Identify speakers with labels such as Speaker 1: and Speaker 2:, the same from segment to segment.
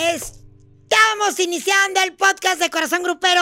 Speaker 1: Estamos iniciando el podcast de Corazón Grupero,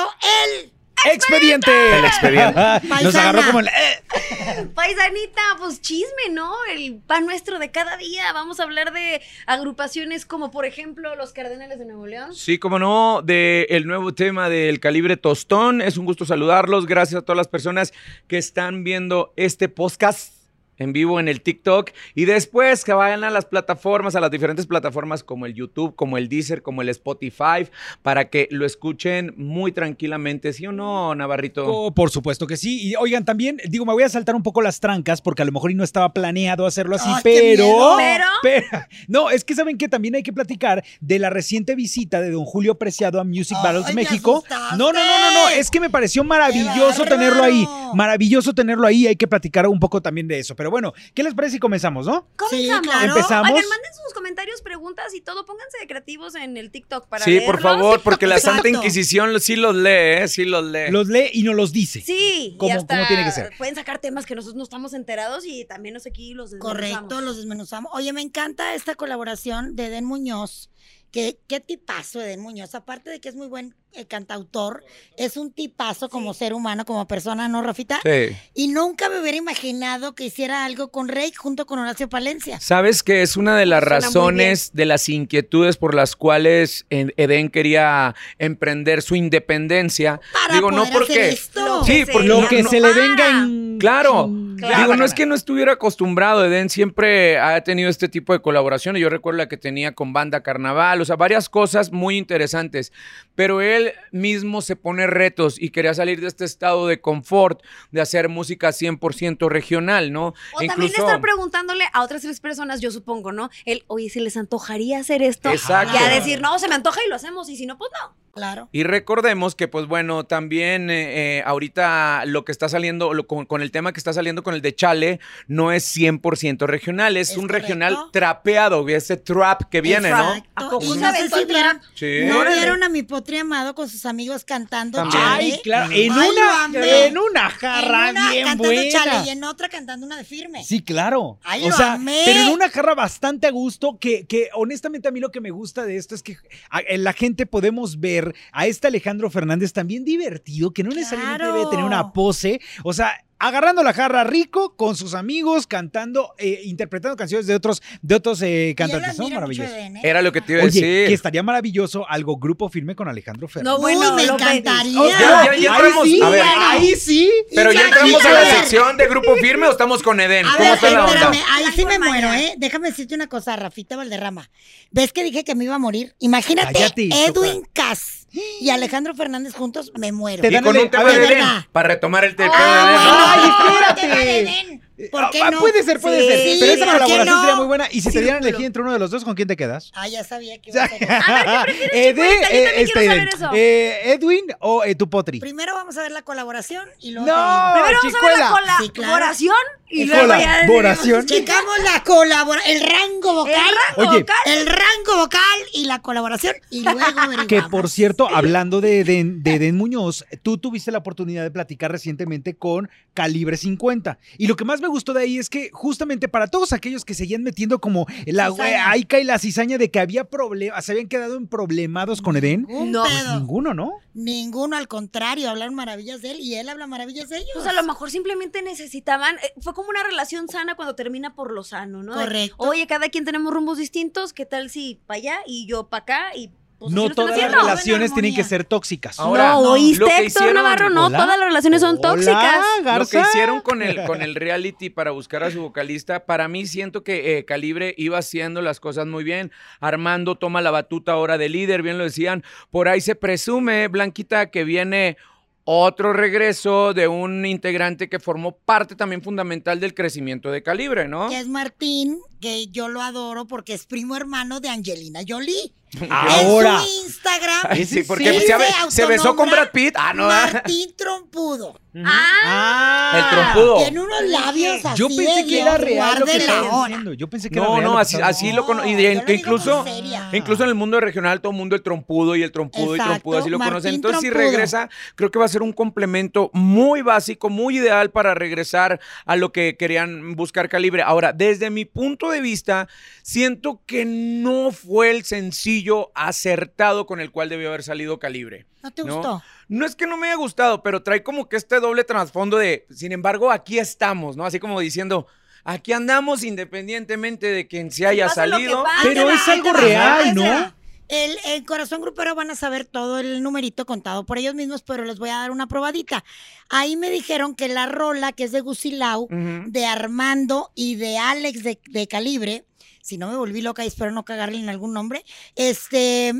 Speaker 1: el...
Speaker 2: ¡Expediente!
Speaker 3: El expediente.
Speaker 1: Paisana.
Speaker 2: Nos agarró como el. eh.
Speaker 4: Paisanita, pues chisme, ¿no? El pan nuestro de cada día. Vamos a hablar de agrupaciones como, por ejemplo, los Cardenales de Nuevo León.
Speaker 3: Sí, como no, de el nuevo tema del calibre Tostón. Es un gusto saludarlos. Gracias a todas las personas que están viendo este podcast en vivo en el TikTok y después que vayan a las plataformas, a las diferentes plataformas como el YouTube, como el Deezer, como el Spotify, para que lo escuchen muy tranquilamente, ¿sí o no, Navarrito?
Speaker 2: Oh, por supuesto que sí. Y oigan, también, digo, me voy a saltar un poco las trancas porque a lo mejor y no estaba planeado hacerlo así,
Speaker 1: Ay, qué
Speaker 2: pero,
Speaker 1: miedo.
Speaker 4: Pero-
Speaker 2: pero- No, es que saben que también hay que platicar de la reciente visita de don Julio Preciado a Music
Speaker 1: Ay,
Speaker 2: Battles
Speaker 1: me
Speaker 2: México.
Speaker 1: asustaste.
Speaker 2: No, no, no, no, no. Es que me pareció maravilloso
Speaker 1: Qué
Speaker 2: tenerlo ahí.
Speaker 1: bárbaro.
Speaker 2: Maravilloso tenerlo ahí. Hay que platicar un poco también de eso. Pero bueno, ¿qué les parece si comenzamos, no?
Speaker 4: Comenzamos.
Speaker 1: Sí, claro.
Speaker 2: Empezamos.
Speaker 4: Oigan, manden sus comentarios, preguntas y todo. Pónganse de creativos en el TikTok para
Speaker 3: Sí, por
Speaker 4: leerlos.
Speaker 3: favor, porque la
Speaker 1: Exacto.
Speaker 3: Santa Inquisición lo- sí los lee, ¿eh? Sí los lee.
Speaker 2: Los lee y nos los dice.
Speaker 4: Sí, y
Speaker 2: Como-
Speaker 4: hasta
Speaker 2: como tiene que ser.
Speaker 4: Pueden sacar temas que nosotros no estamos enterados y también nos aquí los desmenuzamos.
Speaker 1: Correcto, los desmenuzamos. Oye, me encanta esta colaboración de Eden Muñoz. que qué tipazo Eden Muñoz. Aparte de que es muy buen eh, cantautor, es un tipazo como ser humano, como persona, ¿no, Rafita?
Speaker 3: Sí.
Speaker 1: Y nunca me hubiera imaginado que hiciera algo con Rey junto con Horacio Palencia.
Speaker 3: Sabes que es una de las
Speaker 4: Suena muy
Speaker 3: razones de las inquietudes por las cuales en- Edén quería emprender su independencia.
Speaker 1: Para
Speaker 3: Digo, no
Speaker 1: poder hacer
Speaker 3: porque.
Speaker 1: esto.
Speaker 3: Sí,
Speaker 4: se-
Speaker 3: porque
Speaker 2: Lo
Speaker 3: no-
Speaker 2: que
Speaker 3: no-
Speaker 2: se
Speaker 1: ah.
Speaker 2: le
Speaker 4: para.
Speaker 2: venga en.
Speaker 3: Claro.
Speaker 4: Claro.
Speaker 3: Digo, no es que no estuviera acostumbrado. Edén siempre ha tenido este tipo de colaboraciones. Yo recuerdo la que tenía con Banda Carnaval, o sea, varias cosas muy interesantes. Pero él mismo se pone retos y quería salir de este estado de confort, de hacer música 100% regional, ¿no?
Speaker 4: O también le estar preguntándole a otras tres personas, yo supongo, ¿no? El, oye, ¿se les antojaría hacer esto?
Speaker 3: Exacto.
Speaker 4: Y a decir, no, se me antoja y lo hacemos. Y si no, pues no.
Speaker 1: Claro.
Speaker 3: Y recordemos que, pues bueno, también eh, eh, ahorita lo que está saliendo, lo- con, con el tema que está saliendo con el de Chale, no es 100% regional, es,
Speaker 1: Es
Speaker 3: un
Speaker 1: correcto.
Speaker 3: regional trapeado, ese trap que viene, ¿no?
Speaker 1: Exacto.
Speaker 4: ¿A poco
Speaker 1: Y
Speaker 4: se
Speaker 1: no sé
Speaker 4: aventó
Speaker 1: si
Speaker 4: el trap?
Speaker 1: vieron,
Speaker 3: Sí.
Speaker 1: ¿no
Speaker 2: ¿Eh?
Speaker 3: Órale.
Speaker 1: vieron a mi potri amado con sus amigos cantando
Speaker 3: También.
Speaker 1: Chale?
Speaker 2: Ay, claro. En
Speaker 1: ¿Eh? Ay, lo
Speaker 2: una,
Speaker 1: amé.
Speaker 2: en una jarra
Speaker 1: En una
Speaker 2: bien
Speaker 1: cantando
Speaker 2: buena.
Speaker 1: Chale y en otra cantando una de firme.
Speaker 2: Sí, claro.
Speaker 1: Ay,
Speaker 2: o
Speaker 1: lo
Speaker 2: sea,
Speaker 1: amé.
Speaker 2: pero en una jarra bastante a gusto, que, que honestamente a mí lo que me gusta de esto es que a- en la gente podemos ver a este Alejandro Fernández también divertido, que no necesariamente
Speaker 1: Claro.
Speaker 2: debe tener una pose, o sea, agarrando la jarra rico con sus amigos, cantando, eh, interpretando canciones de otros, de otros eh,
Speaker 1: Y él
Speaker 2: cantantes. Son
Speaker 1: admira mucho a
Speaker 2: maravillosos.
Speaker 1: Eden, ¿eh?
Speaker 3: Era lo que te iba a
Speaker 2: Oye, que
Speaker 3: decir.
Speaker 2: estaría maravilloso algo grupo firme con Alejandro Fernández.
Speaker 4: No, bueno,
Speaker 1: Uy, me
Speaker 4: lo pedí.
Speaker 1: encantaría.
Speaker 2: O sea,
Speaker 3: Oh, Ya, ya, ya
Speaker 2: ahí
Speaker 3: entramos.
Speaker 2: sí,
Speaker 3: A ver.
Speaker 2: ahí sí.
Speaker 3: Pero ya
Speaker 1: Hija,
Speaker 3: entramos a
Speaker 1: hija.
Speaker 3: la sección de grupo firme o estamos con Edén.
Speaker 1: A
Speaker 3: ¿Cómo
Speaker 1: ver,
Speaker 3: está la onda?
Speaker 1: espérame, ahí sí me
Speaker 4: Blanco y
Speaker 1: muero,
Speaker 4: maña.
Speaker 1: ¿eh? Déjame decirte una cosa, Rafita Valderrama. ¿Ves que dije que me iba a morir? Imagínate,
Speaker 2: Cállate,
Speaker 1: Edwin Cass y Alejandro Fernández juntos, me muero.
Speaker 2: Te
Speaker 3: Y
Speaker 2: dan
Speaker 3: con
Speaker 2: el-
Speaker 3: un tema
Speaker 2: a ver,
Speaker 3: de Edén,
Speaker 1: Edén.
Speaker 3: para retomar el tema de Edén, ¿no?
Speaker 2: Ah,
Speaker 1: Ah,
Speaker 2: bueno.
Speaker 1: bueno,
Speaker 2: Ay,
Speaker 1: tema de Edén. ¿Por qué
Speaker 2: Ah,
Speaker 1: no?
Speaker 2: Puede ser, puede ser.
Speaker 1: Sí,
Speaker 2: pero esa
Speaker 1: ¿por qué
Speaker 2: colaboración
Speaker 1: no?
Speaker 2: sería muy buena. Y si te dieran a
Speaker 4: Círculo.
Speaker 2: elegir entre uno de los dos, ¿con quién te quedas?
Speaker 1: Ah, ya sabía que iba a ser. eso.
Speaker 2: Ah,
Speaker 4: Chicuelita? Yo también quiero saber eso.
Speaker 2: Edwin o eh, tu potri.
Speaker 1: Primero vamos a ver la colaboración y luego.
Speaker 2: No,
Speaker 4: Primero vamos
Speaker 2: chicuela.
Speaker 4: a ver la
Speaker 1: Sí, claro.
Speaker 4: colaboración y luego ya
Speaker 2: Colaboración.
Speaker 1: te digo. Checamos la colaboración, el rango
Speaker 4: el
Speaker 1: vocal.
Speaker 4: rango
Speaker 2: Oye,
Speaker 4: vocal.
Speaker 1: El rango vocal y la colaboración y luego averiguamos.
Speaker 2: Ah, Que por cierto, hablando de Eden, de Eden Muñoz, tú tuviste la oportunidad de platicar recientemente con Calibre 50. Y lo que más me gustó de ahí es que justamente para todos aquellos que seguían metiendo como la
Speaker 1: Cizaña.
Speaker 2: ahí cae la cizaña de que había problemas, se habían quedado en problemados con Eden.
Speaker 1: Un
Speaker 4: No.
Speaker 2: Pues
Speaker 1: pedo.
Speaker 2: ninguno, ¿no?
Speaker 1: Ninguno, al contrario, hablan maravillas de él y él habla maravillas de ellos.
Speaker 4: Pues a lo mejor simplemente necesitaban, eh, fue como una relación sana cuando termina por lo sano, ¿no? De,
Speaker 1: Correcto.
Speaker 4: Oye, cada quien tenemos rumbos distintos, ¿qué tal si para allá y yo para acá y pues,
Speaker 2: no
Speaker 4: así lo están
Speaker 2: todas las
Speaker 4: haciendo?
Speaker 2: relaciones
Speaker 1: Buena
Speaker 2: tienen que
Speaker 1: armonía.
Speaker 2: ser tóxicas.
Speaker 3: Ahora,
Speaker 4: no, oíste,
Speaker 3: lo que
Speaker 4: Héctor
Speaker 3: hicieron-
Speaker 4: Navarro, no,
Speaker 2: Hola.
Speaker 4: todas las relaciones Ah, son
Speaker 2: Hola,
Speaker 4: tóxicas.
Speaker 3: Lo que
Speaker 2: Garza.
Speaker 3: hicieron con el, con el reality para buscar a su vocalista, para mí siento que eh, Calibre iba haciendo las cosas muy bien. Armando toma la batuta ahora de líder, bien lo decían. Por ahí se presume, Blanquita, que viene otro regreso de un integrante que formó parte también fundamental del crecimiento de Calibre, ¿no?
Speaker 1: Que es Martín, que yo lo adoro porque es primo hermano de Angelina Jolie.
Speaker 2: Ahora.
Speaker 1: En su Instagram.
Speaker 3: Ah, Ay, sí, porque
Speaker 1: Ah, sí,
Speaker 3: se,
Speaker 1: se
Speaker 3: se besó con
Speaker 1: autonombra
Speaker 3: Brad Pitt. Ah, no. ¿verdad?
Speaker 1: Martín Trompudo.
Speaker 4: Ah,
Speaker 2: Ah,
Speaker 3: El trompudo.
Speaker 1: Tiene unos labios así.
Speaker 2: Yo pensé
Speaker 1: de
Speaker 2: que era
Speaker 1: Dios,
Speaker 2: real lo que
Speaker 1: guárdenla
Speaker 2: estaba
Speaker 1: ahora.
Speaker 2: diciendo. Yo pensé que era
Speaker 3: No,
Speaker 2: real.
Speaker 3: no,
Speaker 2: lo que
Speaker 3: así-
Speaker 2: estaba
Speaker 3: así
Speaker 2: diciendo.
Speaker 3: lo cono- y
Speaker 1: No,
Speaker 3: de-
Speaker 1: yo lo digo
Speaker 3: incluso-
Speaker 1: muy seria.
Speaker 2: Ah.
Speaker 3: E Incluso en el mundo regional, todo el mundo el trompudo y el trompudo y
Speaker 1: Exacto,
Speaker 3: trompudo, así lo
Speaker 1: Martín
Speaker 3: conocen. Entonces, si
Speaker 1: Trompudo.
Speaker 3: regresa, creo que va a ser un complemento muy básico, muy ideal para regresar a lo que querían buscar calibre. Ahora, desde mi punto de vista, siento que no fue el sencillo acertado con el cual debió haber salido calibre.
Speaker 1: ¿No te
Speaker 3: ¿no?
Speaker 1: gustó?
Speaker 3: No es que no me haya gustado, pero trae como que este doble trasfondo de, sin embargo, aquí estamos, ¿no? Así como diciendo, aquí andamos independientemente de quien se haya
Speaker 4: Pase lo que
Speaker 3: salido.
Speaker 4: pase,
Speaker 2: Pero
Speaker 4: la-
Speaker 2: es algo
Speaker 4: la-
Speaker 2: real, ¿no?
Speaker 4: la-
Speaker 1: El, el corazón grupero van a saber todo el numerito contado por ellos mismos, pero les voy a dar una probadita. Ahí me dijeron que la rola, que es de Gusilao,
Speaker 3: Ujú.
Speaker 1: de Armando y de Alex de, de Calibre, si no me volví loca y espero no cagarle en algún nombre, este,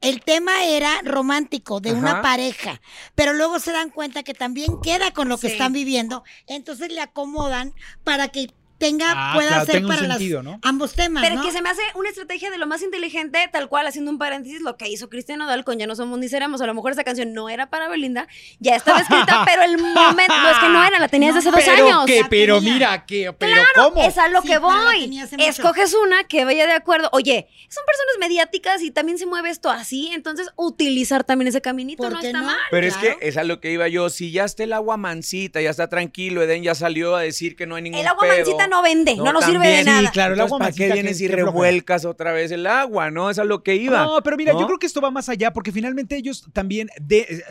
Speaker 1: el tema era romántico, de
Speaker 3: Ajá.
Speaker 1: una pareja, pero luego se dan cuenta que también queda con lo que
Speaker 4: Sí.
Speaker 1: están viviendo, entonces le acomodan para que tenga,
Speaker 2: Ah,
Speaker 1: pueda
Speaker 2: claro,
Speaker 1: hacer
Speaker 2: tenga un
Speaker 1: para las-
Speaker 2: sentido, ¿no?
Speaker 1: ambos temas,
Speaker 4: Pero
Speaker 1: ¿no?
Speaker 4: que se me hace una estrategia de lo más inteligente, tal cual, haciendo un paréntesis, lo que hizo Cristiano Dal con Ya no somos ni seremos. A lo mejor esa canción no era para Belinda, ya estaba escrita, pero el momento, no es que no era, la tenías desde hace dos
Speaker 2: Pero
Speaker 4: años.
Speaker 2: que,
Speaker 1: La
Speaker 2: pero
Speaker 1: tenía.
Speaker 2: mira, que, pero ¿cómo?
Speaker 4: Es a lo
Speaker 1: Sí,
Speaker 4: que
Speaker 1: pero la
Speaker 4: voy.
Speaker 1: tenía hace mucho.
Speaker 4: Escoges una que vaya de acuerdo. Oye, son personas mediáticas y también se mueve esto así, entonces utilizar también ese caminito
Speaker 1: ¿Por
Speaker 4: no
Speaker 1: qué
Speaker 4: está
Speaker 1: no?
Speaker 4: mal.
Speaker 3: Pero es
Speaker 1: Claro.
Speaker 3: que es a lo que iba yo. Si ya está el agua mansita, ya está tranquilo, Edén ya salió a decir que no hay ningún
Speaker 4: El agua mancita
Speaker 3: pedo.
Speaker 4: no vende, no,
Speaker 3: No,
Speaker 4: nos sirve de
Speaker 3: también.
Speaker 2: Sí,
Speaker 4: nada.
Speaker 2: claro, el
Speaker 3: Entonces,
Speaker 2: agua
Speaker 3: ¿Para
Speaker 2: mancita
Speaker 3: qué
Speaker 2: que-
Speaker 3: vienes y
Speaker 2: que floja.
Speaker 3: revuelcas otra vez el agua? ¿No? Es a lo que iba.
Speaker 2: No, pero mira,
Speaker 3: ¿no?
Speaker 2: yo creo que esto va más allá porque finalmente ellos también, de-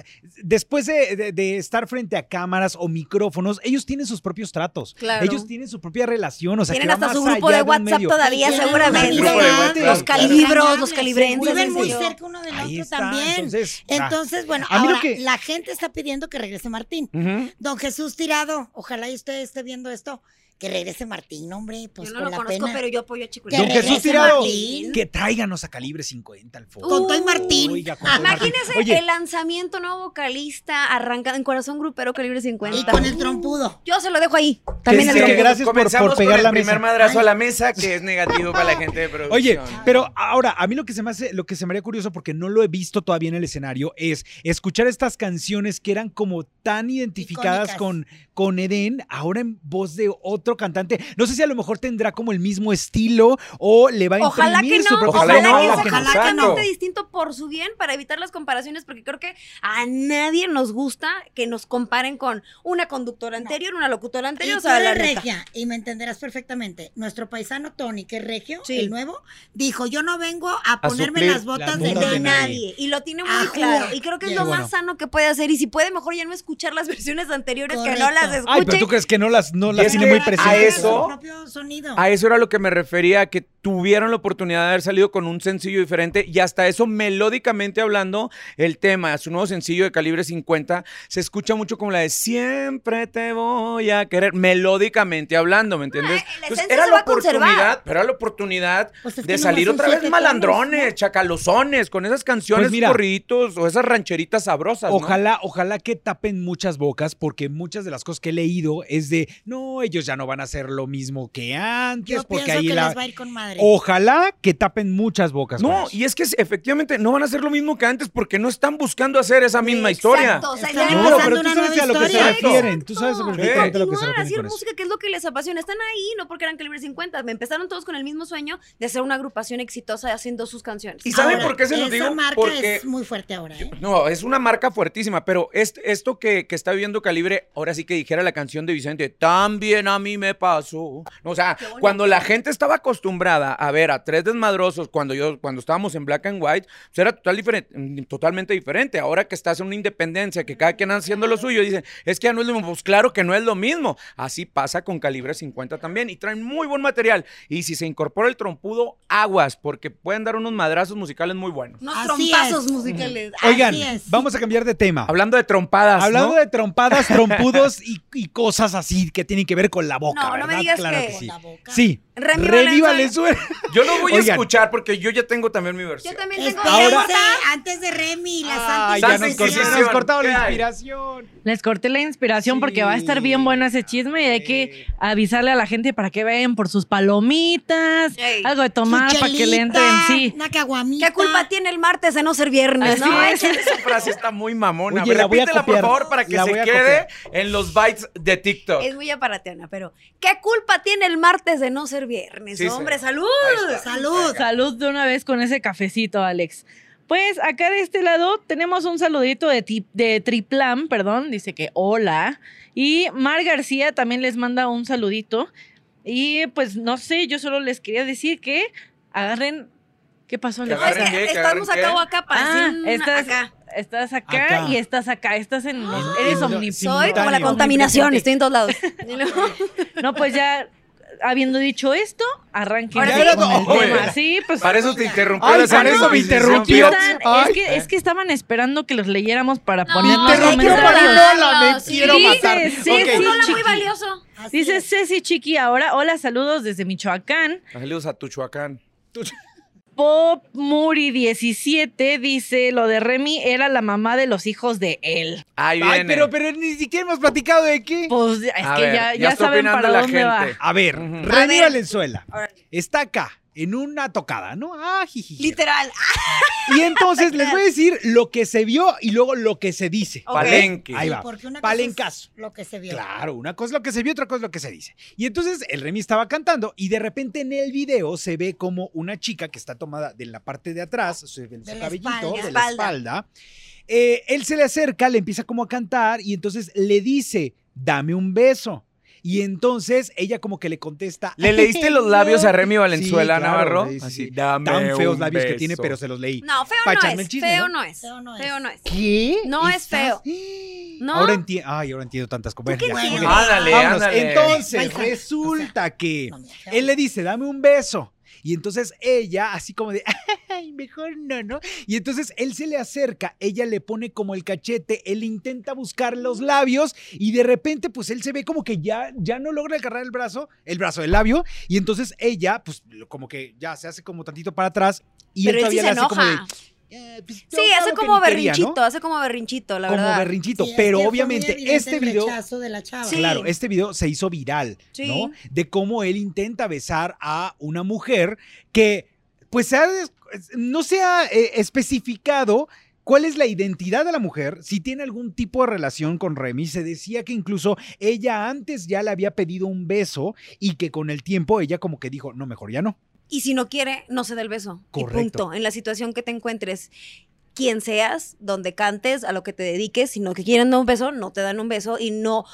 Speaker 2: después de, de- de estar frente a cámaras o micrófonos, ellos tienen sus propios tratos.
Speaker 4: Claro.
Speaker 2: Ellos tienen su propia relación. O sea, que
Speaker 4: Tienen
Speaker 2: va
Speaker 4: hasta
Speaker 2: más
Speaker 4: su grupo
Speaker 2: allá
Speaker 4: de
Speaker 2: un
Speaker 4: WhatsApp
Speaker 2: medio.
Speaker 4: todavía,
Speaker 1: Tienen una
Speaker 4: seguramente.
Speaker 3: Grupo de
Speaker 1: amistad,
Speaker 3: WhatsApp, claro.
Speaker 4: Los calibros, los
Speaker 1: entrañables,
Speaker 4: calibrenses.
Speaker 1: Viven
Speaker 4: en
Speaker 1: muy
Speaker 4: serio.
Speaker 1: cerca uno del
Speaker 2: Ahí
Speaker 1: otro
Speaker 2: está,
Speaker 1: también.
Speaker 2: Entonces, ah,
Speaker 1: Entonces, bueno,
Speaker 2: A mí lo
Speaker 1: ahora
Speaker 2: que-
Speaker 1: la gente está pidiendo que regrese Martín.
Speaker 3: Ujú.
Speaker 1: Don Jesús Tirado, ojalá y usted esté viendo esto, que regrese Martín, hombre, pues
Speaker 4: yo no
Speaker 1: con la
Speaker 4: lo conozco,
Speaker 1: pena.
Speaker 4: pero yo apoyo a Chico
Speaker 1: Que
Speaker 2: Don
Speaker 4: Ibarra.
Speaker 2: Jesús
Speaker 1: regrese
Speaker 2: Tirado,
Speaker 1: Martín.
Speaker 2: que tráiganos a calibre 50 al fondo.
Speaker 1: Con todo y Martín.
Speaker 2: Oiga, con todo y Martín.
Speaker 4: Imagínense
Speaker 2: Oye,
Speaker 4: uh, el lanzamiento nuevo vocalista arrancado en Corazón Grupero Calibre 50.
Speaker 1: y con el trompudo.
Speaker 4: Yo se lo dejo ahí. También
Speaker 2: Que
Speaker 4: el
Speaker 3: Así
Speaker 2: dice que
Speaker 4: trompudo.
Speaker 2: Este, gracias por-
Speaker 3: comenzamos
Speaker 2: por pegar
Speaker 3: con el
Speaker 2: la
Speaker 3: primer
Speaker 2: mesa.
Speaker 3: madrazo a la mesa, que es negativo para la gente de producción.
Speaker 2: Oye, pero ahora, a mí lo que se me hace, lo que se me haría curioso, porque no lo he visto todavía en el escenario, es escuchar estas canciones que eran como tan identificadas
Speaker 1: Icónicas.
Speaker 2: con, con Eden, ahora en voz de otro cantante. No sé si a lo mejor tendrá como el mismo estilo o le va a imprimir
Speaker 4: Ojalá que
Speaker 2: su
Speaker 4: no,
Speaker 2: propio
Speaker 4: ojalá,
Speaker 3: Ojalá
Speaker 4: que,
Speaker 3: no,
Speaker 4: se-
Speaker 3: que no,
Speaker 4: ojalá que
Speaker 3: exacto.
Speaker 4: no esté distinto por su bien para evitar las comparaciones, porque creo que a nadie nos gusta que nos comparen con una conductora anterior, una locutora
Speaker 1: Y
Speaker 4: anterior, o
Speaker 1: tú
Speaker 4: sea, la
Speaker 1: eres
Speaker 4: neta.
Speaker 1: regia, y me entenderás perfectamente. Nuestro paisano Tony, que es regio,
Speaker 4: Sí.
Speaker 1: el nuevo, dijo: Yo no vengo a, ponerme
Speaker 3: suplir
Speaker 1: las botas
Speaker 2: las
Speaker 1: de,
Speaker 2: botas
Speaker 4: de
Speaker 1: nadie.
Speaker 4: nadie. Y lo tiene muy
Speaker 1: Ah,
Speaker 4: claro.
Speaker 1: juro.
Speaker 4: Y creo que es
Speaker 1: Qué
Speaker 4: lo
Speaker 2: bueno.
Speaker 4: más sano que puede hacer. Y si puede, mejor ya no escuchar las versiones anteriores, que no
Speaker 1: Correcto.
Speaker 4: las escuche.
Speaker 2: Ay, pero tú crees que no las, no
Speaker 3: Y
Speaker 2: las
Speaker 3: es
Speaker 2: tiene
Speaker 3: que
Speaker 2: muy
Speaker 3: a
Speaker 2: presentes.
Speaker 3: eso-
Speaker 1: Su propio sonido.
Speaker 3: A eso era lo que me refería, que tuvieron la oportunidad de haber salido con un sencillo diferente y hasta eso, melódicamente hablando, el tema, su nuevo sencillo de calibre 50, se escucha mucho como la de Siempre te voy a querer, melódicamente hablando, ¿me entiendes?
Speaker 4: Ah, la esencia se va a conservar.
Speaker 3: oportunidad, pero era la oportunidad
Speaker 1: Pues es que
Speaker 3: de
Speaker 1: nomás
Speaker 3: salir
Speaker 1: son
Speaker 3: otra vez
Speaker 1: siete
Speaker 3: malandrones,
Speaker 1: tonos,
Speaker 3: chacalosones, con esas canciones
Speaker 2: Pues mira.
Speaker 3: corriditos o esas rancheritas sabrosas. ¿no?
Speaker 2: Ojalá, ojalá que tapen muchas bocas, porque muchas de las cosas que he leído es de no, ellos ya no van a hacer lo mismo que antes,
Speaker 1: Yo
Speaker 2: porque
Speaker 1: pienso
Speaker 2: ahí
Speaker 1: que
Speaker 2: la.
Speaker 1: les va a ir con madre.
Speaker 2: Ojalá que tapen muchas bocas. con
Speaker 3: No,
Speaker 2: eso.
Speaker 3: y es que efectivamente no van a hacer lo mismo que antes porque no están buscando hacer esa misma
Speaker 4: Exacto,
Speaker 3: historia.
Speaker 4: o sea,
Speaker 1: Están
Speaker 4: ya
Speaker 1: empezando
Speaker 4: no-
Speaker 2: pero
Speaker 1: una
Speaker 2: tú sabes
Speaker 1: nueva
Speaker 2: a lo que se
Speaker 3: historia.
Speaker 2: refieren. Tú sabes
Speaker 4: Exacto.
Speaker 2: perfectamente a lo que se
Speaker 4: Continuar
Speaker 2: refieren
Speaker 4: haciendo
Speaker 2: con eso.
Speaker 4: música, que es lo que les apasiona. Están ahí, no porque eran calibre 50. Me empezaron todos con el mismo sueño de ser una agrupación exitosa haciendo sus canciones.
Speaker 3: Y saben
Speaker 1: Ahora,
Speaker 3: por qué se los
Speaker 1: esa
Speaker 3: digo?
Speaker 1: marca
Speaker 3: Porque-
Speaker 1: es muy fuerte ahora. ¿eh?
Speaker 3: No, es una marca fuertísima, pero est- esto que, que está viviendo Calibre, ahora sí que dijera la canción de Vicente, también a mí me pasó. O sea,
Speaker 4: Qué bonito.
Speaker 3: cuando la gente estaba acostumbrada a ver a tres desmadrosos, cuando yo, cuando estábamos en Black and White, pues era total diferente, mm, totalmente diferente. Ahora que estás en una independencia, que cada quien haciendo lo suyo, dicen, es que ya no es lo mismo. Pues claro que no es lo mismo. Así pasa con Calibre 50 también, y traen muy buen material. Y si se incorpora el trompudo, aguas, porque pueden dar unos madrazos musicales muy buenos.
Speaker 4: Unos
Speaker 1: Así
Speaker 4: trompazos
Speaker 1: es.
Speaker 4: musicales. Ah,
Speaker 1: Así
Speaker 2: Oigan,
Speaker 1: es.
Speaker 2: vamos a cambiar de tema.
Speaker 3: Hablando de trompadas.
Speaker 2: Hablando
Speaker 3: ¿no?
Speaker 2: de trompadas, trompudos y, y cosas así que tienen que ver con la boca.
Speaker 4: No, no me
Speaker 2: ¿verdad?
Speaker 4: digas
Speaker 2: claro
Speaker 4: que-
Speaker 2: que sí.
Speaker 1: Con la boca.
Speaker 2: Sí.
Speaker 4: Remy
Speaker 2: Remy
Speaker 4: Valenzuela.
Speaker 3: Yo lo voy a
Speaker 2: Oigan.
Speaker 3: escuchar porque yo ya tengo también mi versión.
Speaker 4: Yo también tengo
Speaker 1: Espérense,
Speaker 2: Ahora-
Speaker 1: antes de Remy, la santa
Speaker 2: Ay, ya nos
Speaker 1: inquisición.
Speaker 2: cortó- nos cortaron
Speaker 3: ¿Qué
Speaker 2: la
Speaker 3: hay?
Speaker 2: inspiración.
Speaker 5: Les corté la inspiración porque va a estar bien bueno ese chisme y hay que
Speaker 2: Eh,
Speaker 5: avisarle a la gente para que vayan por sus palomitas,
Speaker 4: Ey.
Speaker 5: algo de
Speaker 1: Su
Speaker 5: tomar para que le
Speaker 1: chelita,
Speaker 5: entren, sí.
Speaker 1: Una caguamita.
Speaker 4: ¿Qué culpa tiene el martes de no ser viernes,
Speaker 5: Así
Speaker 4: no?
Speaker 5: es.
Speaker 3: Esa frase está muy mamona.
Speaker 2: Oye, la voy a
Speaker 3: Repítela, por
Speaker 2: copiar.
Speaker 3: favor, para que
Speaker 2: La
Speaker 3: se
Speaker 2: voy a
Speaker 3: quede en los bytes de TikTok.
Speaker 4: Es muy aparateana, pero ¿qué culpa tiene el martes de no ser viernes?
Speaker 3: Sí,
Speaker 4: Hombre,
Speaker 3: sí.
Speaker 4: salud.
Speaker 3: Ahí está.
Speaker 1: Salud.
Speaker 5: Salud de una vez con ese cafecito, Alex. Pues acá de este lado tenemos un saludito de, ti- de Triplam, perdón, dice que hola. Y Mar García también les manda un saludito. Y pues no sé, yo solo les quería decir que agarren... ¿Qué pasó?
Speaker 3: Que
Speaker 5: Alex?
Speaker 4: No, es
Speaker 3: agarren
Speaker 4: que
Speaker 3: qué, que
Speaker 4: estamos
Speaker 3: agarren
Speaker 4: acá
Speaker 3: qué.
Speaker 4: o acá, para
Speaker 5: Ah,
Speaker 4: hacer un
Speaker 5: estás-
Speaker 4: acá.
Speaker 5: Estás acá,
Speaker 2: Acá.
Speaker 5: y estás acá, estás en... eres
Speaker 2: no,
Speaker 5: omnipotente.
Speaker 4: Soy como la
Speaker 2: Simultáneo.
Speaker 4: contaminación, estoy en todos lados.
Speaker 5: No, pues ya, habiendo dicho esto, arranquen
Speaker 4: Ahora
Speaker 5: con
Speaker 4: sí.
Speaker 5: el
Speaker 3: Oye.
Speaker 5: tema. Sí, pues...
Speaker 3: Para eso te interrumpió.
Speaker 2: Ay,
Speaker 3: la
Speaker 2: para
Speaker 3: Sandra
Speaker 2: eso me
Speaker 3: Inquisición.
Speaker 5: Aquí
Speaker 2: interrumpió.
Speaker 5: están,
Speaker 2: Ay.
Speaker 5: es, que, es que estaban esperando que los leyéramos para
Speaker 4: No,
Speaker 5: ponernos
Speaker 2: Te
Speaker 5: los
Speaker 2: rompió
Speaker 4: comenzar.
Speaker 5: mensajes.
Speaker 2: Panola, me
Speaker 4: Sí,
Speaker 2: quiero
Speaker 5: sí,
Speaker 2: matar.
Speaker 5: sí,
Speaker 2: Ok.
Speaker 5: sí.
Speaker 4: Un hola muy
Speaker 5: chiqui.
Speaker 4: valioso.
Speaker 1: Así
Speaker 5: Dice
Speaker 1: es.
Speaker 5: Ceci Chiqui ahora, hola, saludos desde Michoacán.
Speaker 3: Saludos a Tuchuacán.
Speaker 5: Pop Muri 17 dice, lo de Remy era la mamá de los hijos de él.
Speaker 3: Ahí viene.
Speaker 2: Ay, pero, pero ni siquiera hemos platicado de qué.
Speaker 5: Pues es
Speaker 3: A
Speaker 5: que
Speaker 3: ver,
Speaker 5: ya,
Speaker 3: ya
Speaker 5: ya
Speaker 3: está
Speaker 5: saben
Speaker 3: opinando
Speaker 5: para
Speaker 3: la
Speaker 5: dónde va.
Speaker 3: gente.
Speaker 2: A ver,
Speaker 3: Ujú.
Speaker 4: A
Speaker 2: Remy
Speaker 4: ver.
Speaker 2: Valenzuela
Speaker 4: Órale.
Speaker 2: está acá en una tocada, ¿no? Ah, jiji.
Speaker 4: Literal.
Speaker 2: Y entonces les voy a decir lo que se vio y luego lo que se dice.
Speaker 4: Ok.
Speaker 3: Palenque.
Speaker 2: Ahí va.
Speaker 1: Porque una cosa
Speaker 2: Palencazo.
Speaker 1: es Lo que se vio.
Speaker 2: Claro, una cosa es lo que se vio, otra cosa es lo que se dice. Y entonces el Remy estaba cantando y de repente en el video se ve como una chica que está tomada de la parte de atrás, su, del
Speaker 1: De la
Speaker 2: cabellito,
Speaker 1: espalda.
Speaker 2: de la espalda. Eh, él se le acerca, le empieza como a cantar y entonces le dice, dame un beso. Y entonces ella como que le contesta.
Speaker 3: ¿Le leíste los labios a Remy Valenzuela,
Speaker 2: Sí, claro,
Speaker 3: Navarro?
Speaker 2: sí, sí.
Speaker 3: Así, dame
Speaker 2: Tan feos
Speaker 3: un
Speaker 2: labios que
Speaker 3: beso.
Speaker 2: tiene, pero se los leí.
Speaker 4: No, feo
Speaker 2: Pa'
Speaker 4: no
Speaker 2: echarme el
Speaker 4: es.
Speaker 2: chisme,
Speaker 4: Feo
Speaker 2: ¿no?
Speaker 4: no es.
Speaker 1: Feo no es.
Speaker 4: Feo no es.
Speaker 2: ¿Qué?
Speaker 4: No es
Speaker 2: ¿Estás-
Speaker 4: No.
Speaker 2: Ahora entiendo. Ay, ahora entiendo tantas cosas.
Speaker 4: qué
Speaker 2: Ya,
Speaker 1: Bueno,
Speaker 2: ok.
Speaker 1: no.
Speaker 3: Ándale,
Speaker 2: Vámonos.
Speaker 3: ándale.
Speaker 2: Entonces,
Speaker 1: Paisana.
Speaker 2: resulta que
Speaker 1: No, mira, feo.
Speaker 2: él le dice, dame un beso. Y entonces ella, así como de, ay, mejor no, ¿no? Y entonces él se le acerca, ella le pone como el cachete, él intenta buscar los labios y de repente, pues él se ve como que ya, ya no logra agarrar el brazo, el brazo del labio. Y entonces ella, pues lo- como que ya se hace como tantito para atrás y
Speaker 4: Pero
Speaker 2: él
Speaker 4: él sí
Speaker 2: todavía
Speaker 4: se
Speaker 2: le hace como de,
Speaker 4: enoja.
Speaker 2: "Eh, pues, yo
Speaker 4: Sí,
Speaker 2: hago
Speaker 4: hace
Speaker 2: lo que
Speaker 4: como
Speaker 2: ni quería",
Speaker 4: berrinchito,
Speaker 2: ¿no?
Speaker 4: hace como berrinchito, la
Speaker 2: Como
Speaker 4: verdad.
Speaker 2: berrinchito.
Speaker 1: Sí, es
Speaker 2: pero
Speaker 1: que fue muy
Speaker 2: obviamente
Speaker 1: evidente
Speaker 2: este
Speaker 1: el
Speaker 2: video
Speaker 1: rechazo de la chava.
Speaker 4: Sí.
Speaker 2: Claro, este video se hizo viral,
Speaker 4: Sí.
Speaker 2: ¿no? De cómo él intenta besar a una mujer que, pues, se ha des- no se ha eh, especificado cuál es la identidad de la mujer, si tiene algún tipo de relación con Remy. Se decía que incluso ella antes ya le había pedido un beso y que con el tiempo ella como que dijo, no, mejor ya no.
Speaker 4: Y si no quiere, no se da el beso.
Speaker 2: Correcto.
Speaker 4: Y punto. En la situación que te encuentres, quien seas, donde cantes, a lo que te dediques, si no que quieren dar un beso, no te dan un beso. Y no.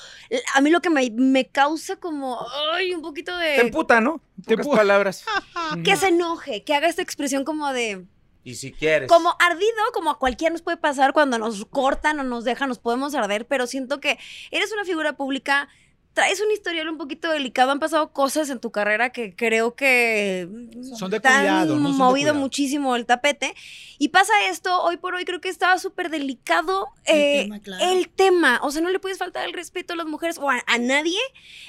Speaker 4: A mí lo que me, me causa como. Ay, un poquito
Speaker 3: Te
Speaker 4: de.
Speaker 3: emputa, ¿no?
Speaker 2: Te Ah.
Speaker 3: Te pocas
Speaker 2: emputa.
Speaker 3: palabras.
Speaker 4: Que se enoje, que haga esta expresión como de.
Speaker 3: Y si quieres.
Speaker 4: Como ardido, como a cualquiera nos puede pasar cuando nos cortan o nos dejan, nos podemos arder, pero siento que eres una figura pública, traes un historial un poquito delicado, han pasado cosas en tu carrera que creo que
Speaker 2: Son de
Speaker 4: te han
Speaker 2: cuidado, ¿no? Son de
Speaker 4: movido
Speaker 2: cuidado.
Speaker 4: muchísimo el tapete. Y pasa esto, hoy por hoy creo que estaba súper delicado
Speaker 1: El
Speaker 4: eh,
Speaker 1: tema, claro.
Speaker 4: el tema. o sea, no le puedes faltar el respeto a las mujeres o a, a nadie.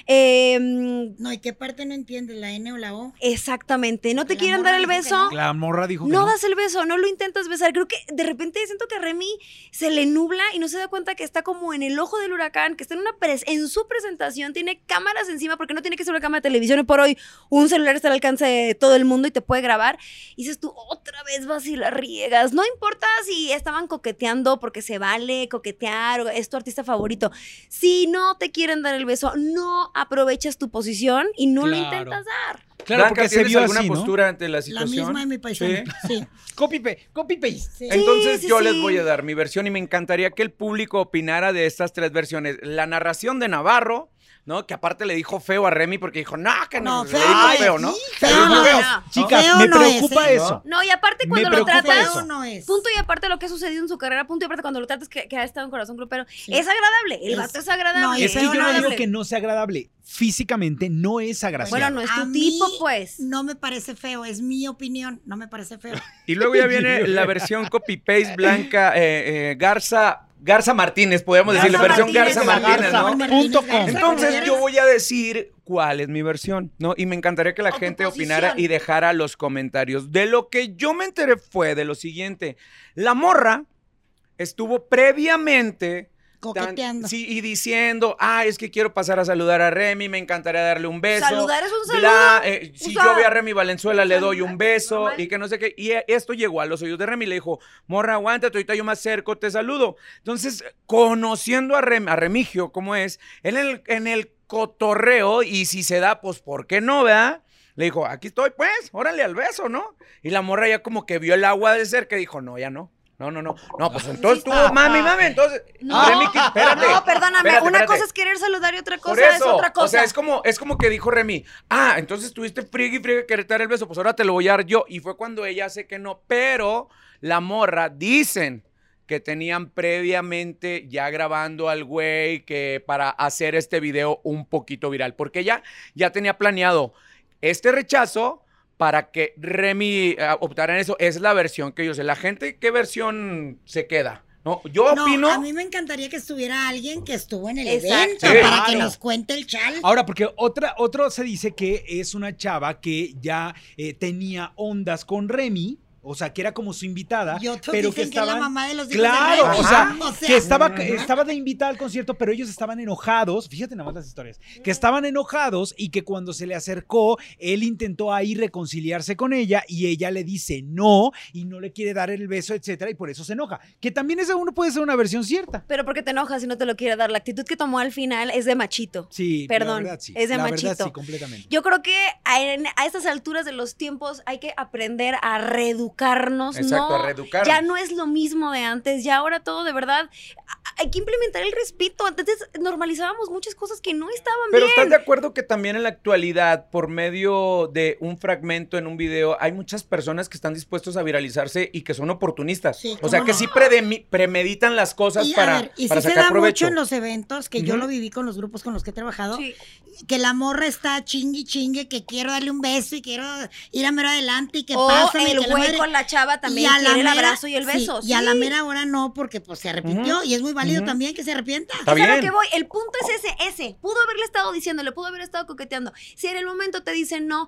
Speaker 4: Eh,
Speaker 1: No, ¿y qué parte no entiendes? ¿La N o la O?
Speaker 4: exactamente, no te
Speaker 1: La
Speaker 4: quieren
Speaker 1: morra
Speaker 4: dar el
Speaker 1: dijo que
Speaker 4: beso.
Speaker 1: no.
Speaker 2: La morra dijo que
Speaker 4: No
Speaker 2: no.
Speaker 4: das el beso, no lo intentas besar. Creo que de repente siento que a Remy se le nubla y no se da cuenta que está como en el ojo del huracán, que está en una pres- en su presentación, tiene cámaras encima, porque no tiene que ser una cámara de televisión. Hoy por hoy, un celular está al alcance de todo el mundo y te puede grabar. Y dices tú, otra vez vas y la riegas. No importa si estaban coqueteando porque se vale coquetear o es tu artista favorito. Si no te quieren dar el beso, no aprovechas tu posición y no lo
Speaker 2: Claro.
Speaker 4: intentas dar.
Speaker 2: Claro,
Speaker 3: Blanca,
Speaker 2: porque se
Speaker 3: ¿tienes
Speaker 2: vio
Speaker 3: alguna
Speaker 2: así, ¿no?
Speaker 3: postura ante la
Speaker 1: La
Speaker 3: situación?
Speaker 1: misma de mi paisana. Sí.
Speaker 2: Copy, pa- copy paste.
Speaker 1: sí.
Speaker 3: Entonces
Speaker 4: Sí, sí,
Speaker 3: yo les
Speaker 4: sí.
Speaker 3: voy a dar mi versión y me encantaría que el público opinara de estas tres versiones. La narración de Navarro, ¿no? Que aparte le dijo feo a Remy porque dijo, no, que
Speaker 1: No,
Speaker 3: no, le
Speaker 1: feo
Speaker 3: dijo
Speaker 1: no es,
Speaker 3: feo, ¿no?
Speaker 1: sí,
Speaker 3: Le
Speaker 1: feo
Speaker 3: dijo
Speaker 1: no
Speaker 3: feo.
Speaker 1: es.
Speaker 2: Chicas,
Speaker 1: Feo
Speaker 2: me
Speaker 1: no es,
Speaker 2: preocupa
Speaker 1: ¿eh.
Speaker 2: eso.
Speaker 4: No, y aparte
Speaker 2: Me
Speaker 4: cuando lo
Speaker 2: preocupa
Speaker 4: tratas.
Speaker 2: eso.
Speaker 1: Feo no es.
Speaker 4: Punto y aparte lo que ha sucedido en su carrera, punto y aparte cuando lo tratas que, que ha estado en corazón grupero.
Speaker 1: Sí.
Speaker 4: Es agradable, el
Speaker 1: Es-
Speaker 4: vato es agradable.
Speaker 1: no, y
Speaker 2: Es que
Speaker 1: feo
Speaker 2: yo no
Speaker 1: no
Speaker 2: digo
Speaker 1: es.
Speaker 2: que no sea agradable. Físicamente no es agraciado.
Speaker 4: Bueno, no es
Speaker 1: A
Speaker 4: tu
Speaker 1: mí-
Speaker 4: tipo, pues.
Speaker 1: No me parece feo, es mi opinión. No me parece feo.
Speaker 3: Y luego ya viene la versión copy-paste blanca eh, eh, Garza Garza Martínez, podríamos
Speaker 1: Garza
Speaker 3: decirle, versión
Speaker 1: Martínez
Speaker 3: Garza
Speaker 1: de la
Speaker 3: Martínez,
Speaker 1: Garza.
Speaker 3: ¿no?
Speaker 2: Punto com.
Speaker 1: Garza
Speaker 3: Entonces
Speaker 1: Martínez.
Speaker 3: yo voy a decir cuál es mi versión, ¿no? Y me encantaría que la
Speaker 1: O tu
Speaker 3: gente
Speaker 1: posición.
Speaker 3: opinara y dejara los comentarios. De lo que yo me enteré fue de lo siguiente. La morra estuvo previamente... tan-
Speaker 1: coqueteando.
Speaker 3: sí, y diciendo, ah, es que quiero pasar a saludar a Remy, me encantaría darle un beso.
Speaker 4: Saludar es un saludo.
Speaker 3: Bla, eh, si
Speaker 4: sea,
Speaker 3: yo veo a Remy Valenzuela, le doy un
Speaker 4: normal.
Speaker 3: beso y que no sé qué. Y eh, esto llegó a los oídos de Remy. Le dijo, morra, aguántate, ahorita yo me acerco, te saludo. Entonces, conociendo a, Rem- a Remigio, ¿cómo es? En el, en el cotorreo, y si se da, pues, ¿por qué no, verdad? Le dijo, aquí estoy, pues, órale al beso, ¿no? Y la morra ya como que vio el agua de cerca y dijo, no, ya no. No, no, no. No, pues entonces tú, mami, mami, entonces.
Speaker 4: Ah, No.
Speaker 3: Remy, que- espérate.
Speaker 4: No, perdóname.
Speaker 3: espérate,
Speaker 4: una
Speaker 3: espérate.
Speaker 4: cosa es querer saludar y otra
Speaker 3: Por
Speaker 4: cosa es
Speaker 3: eso,
Speaker 4: otra cosa.
Speaker 3: O sea, es como, es como que dijo Remy, ah, entonces tuviste friegue y friegue que retar el beso, pues ahora te lo voy a dar yo. Y fue cuando ella hace que no, pero la morra, dicen que tenían previamente ya grabando al güey que para hacer este video un poquito viral, porque ella ya tenía planeado este rechazo para que Remy eh, optara en eso. Es la versión que yo sé. La gente, ¿qué versión se queda? No, yo
Speaker 1: No,
Speaker 3: opino...
Speaker 1: a mí me encantaría que estuviera alguien que estuvo en el
Speaker 4: Exacto.
Speaker 1: evento
Speaker 3: Sí,
Speaker 1: para que
Speaker 2: claro.
Speaker 1: nos cuente el chal.
Speaker 2: Ahora, porque otra, otro se dice que es una chava que ya eh, tenía ondas con Remy, o sea, que era como su invitada,
Speaker 1: Y otros
Speaker 2: Ah, pero
Speaker 1: dicen
Speaker 2: que
Speaker 1: que, es la
Speaker 2: estaban...
Speaker 1: mamá de los hijos de
Speaker 2: Claro,
Speaker 1: Remy.
Speaker 2: o sea,
Speaker 1: Ajá, o sea,
Speaker 2: que estaba,
Speaker 3: Ajá.
Speaker 2: estaba de invitada al concierto, pero ellos estaban enojados, fíjate nada más las historias,
Speaker 4: Mm.
Speaker 2: que estaban enojados y que cuando se le acercó, él intentó ahí reconciliarse con ella y ella le dice no y no le quiere dar el beso, etcétera, y por eso se enoja. Que también esa uno puede ser una versión cierta.
Speaker 4: Pero porque te enojas y no te lo quiere dar. La actitud que tomó al final es de machito.
Speaker 2: Sí,
Speaker 4: Perdón,
Speaker 2: la verdad, sí.
Speaker 4: es de
Speaker 2: la Verdad,
Speaker 4: machito.
Speaker 2: sí, completamente.
Speaker 4: Yo creo que a, en- a estas alturas de los tiempos hay que aprender a reeducarnos,
Speaker 3: Exacto,
Speaker 4: ¿no?
Speaker 3: a reeducar.
Speaker 4: Ya no es lo mismo de antes, ya ahora todo de verdad a- hay que implementar el respeto. Antes normalizábamos muchas cosas que no estaban
Speaker 3: Pero
Speaker 4: bien.
Speaker 3: ¿estás de acuerdo que también en la actualidad, por medio de un fragmento en un video, hay muchas personas que están dispuestos a viralizarse y que son oportunistas?
Speaker 1: Sí,
Speaker 3: o sea,
Speaker 1: cómo
Speaker 3: que
Speaker 1: no.
Speaker 3: sí predemi- premeditan las cosas
Speaker 1: Y, a
Speaker 3: para,
Speaker 1: ver, y
Speaker 3: para
Speaker 1: sí se
Speaker 3: sacar
Speaker 1: da
Speaker 3: provecho.
Speaker 1: mucho en los eventos, que yo
Speaker 3: Ujú.
Speaker 1: lo viví con los grupos con los que he trabajado,
Speaker 4: Sí.
Speaker 1: que la morra está chingui chingue, que quiero darle un beso y quiero ir a mero adelante y que
Speaker 4: O
Speaker 1: pasa.
Speaker 4: el güey con la chava también quiere el abrazo y el beso.
Speaker 1: Y a la
Speaker 4: sí.
Speaker 1: mera hora no, porque pues se arrepintió y es muy válido
Speaker 3: Ujú.
Speaker 1: también que se arrepienta.
Speaker 3: Está
Speaker 4: Es a lo
Speaker 3: bien.
Speaker 4: que voy. El punto es ese, ese. Pudo haberle estado diciendo, le pudo haber estado coqueteando. Si en el momento te dicen no,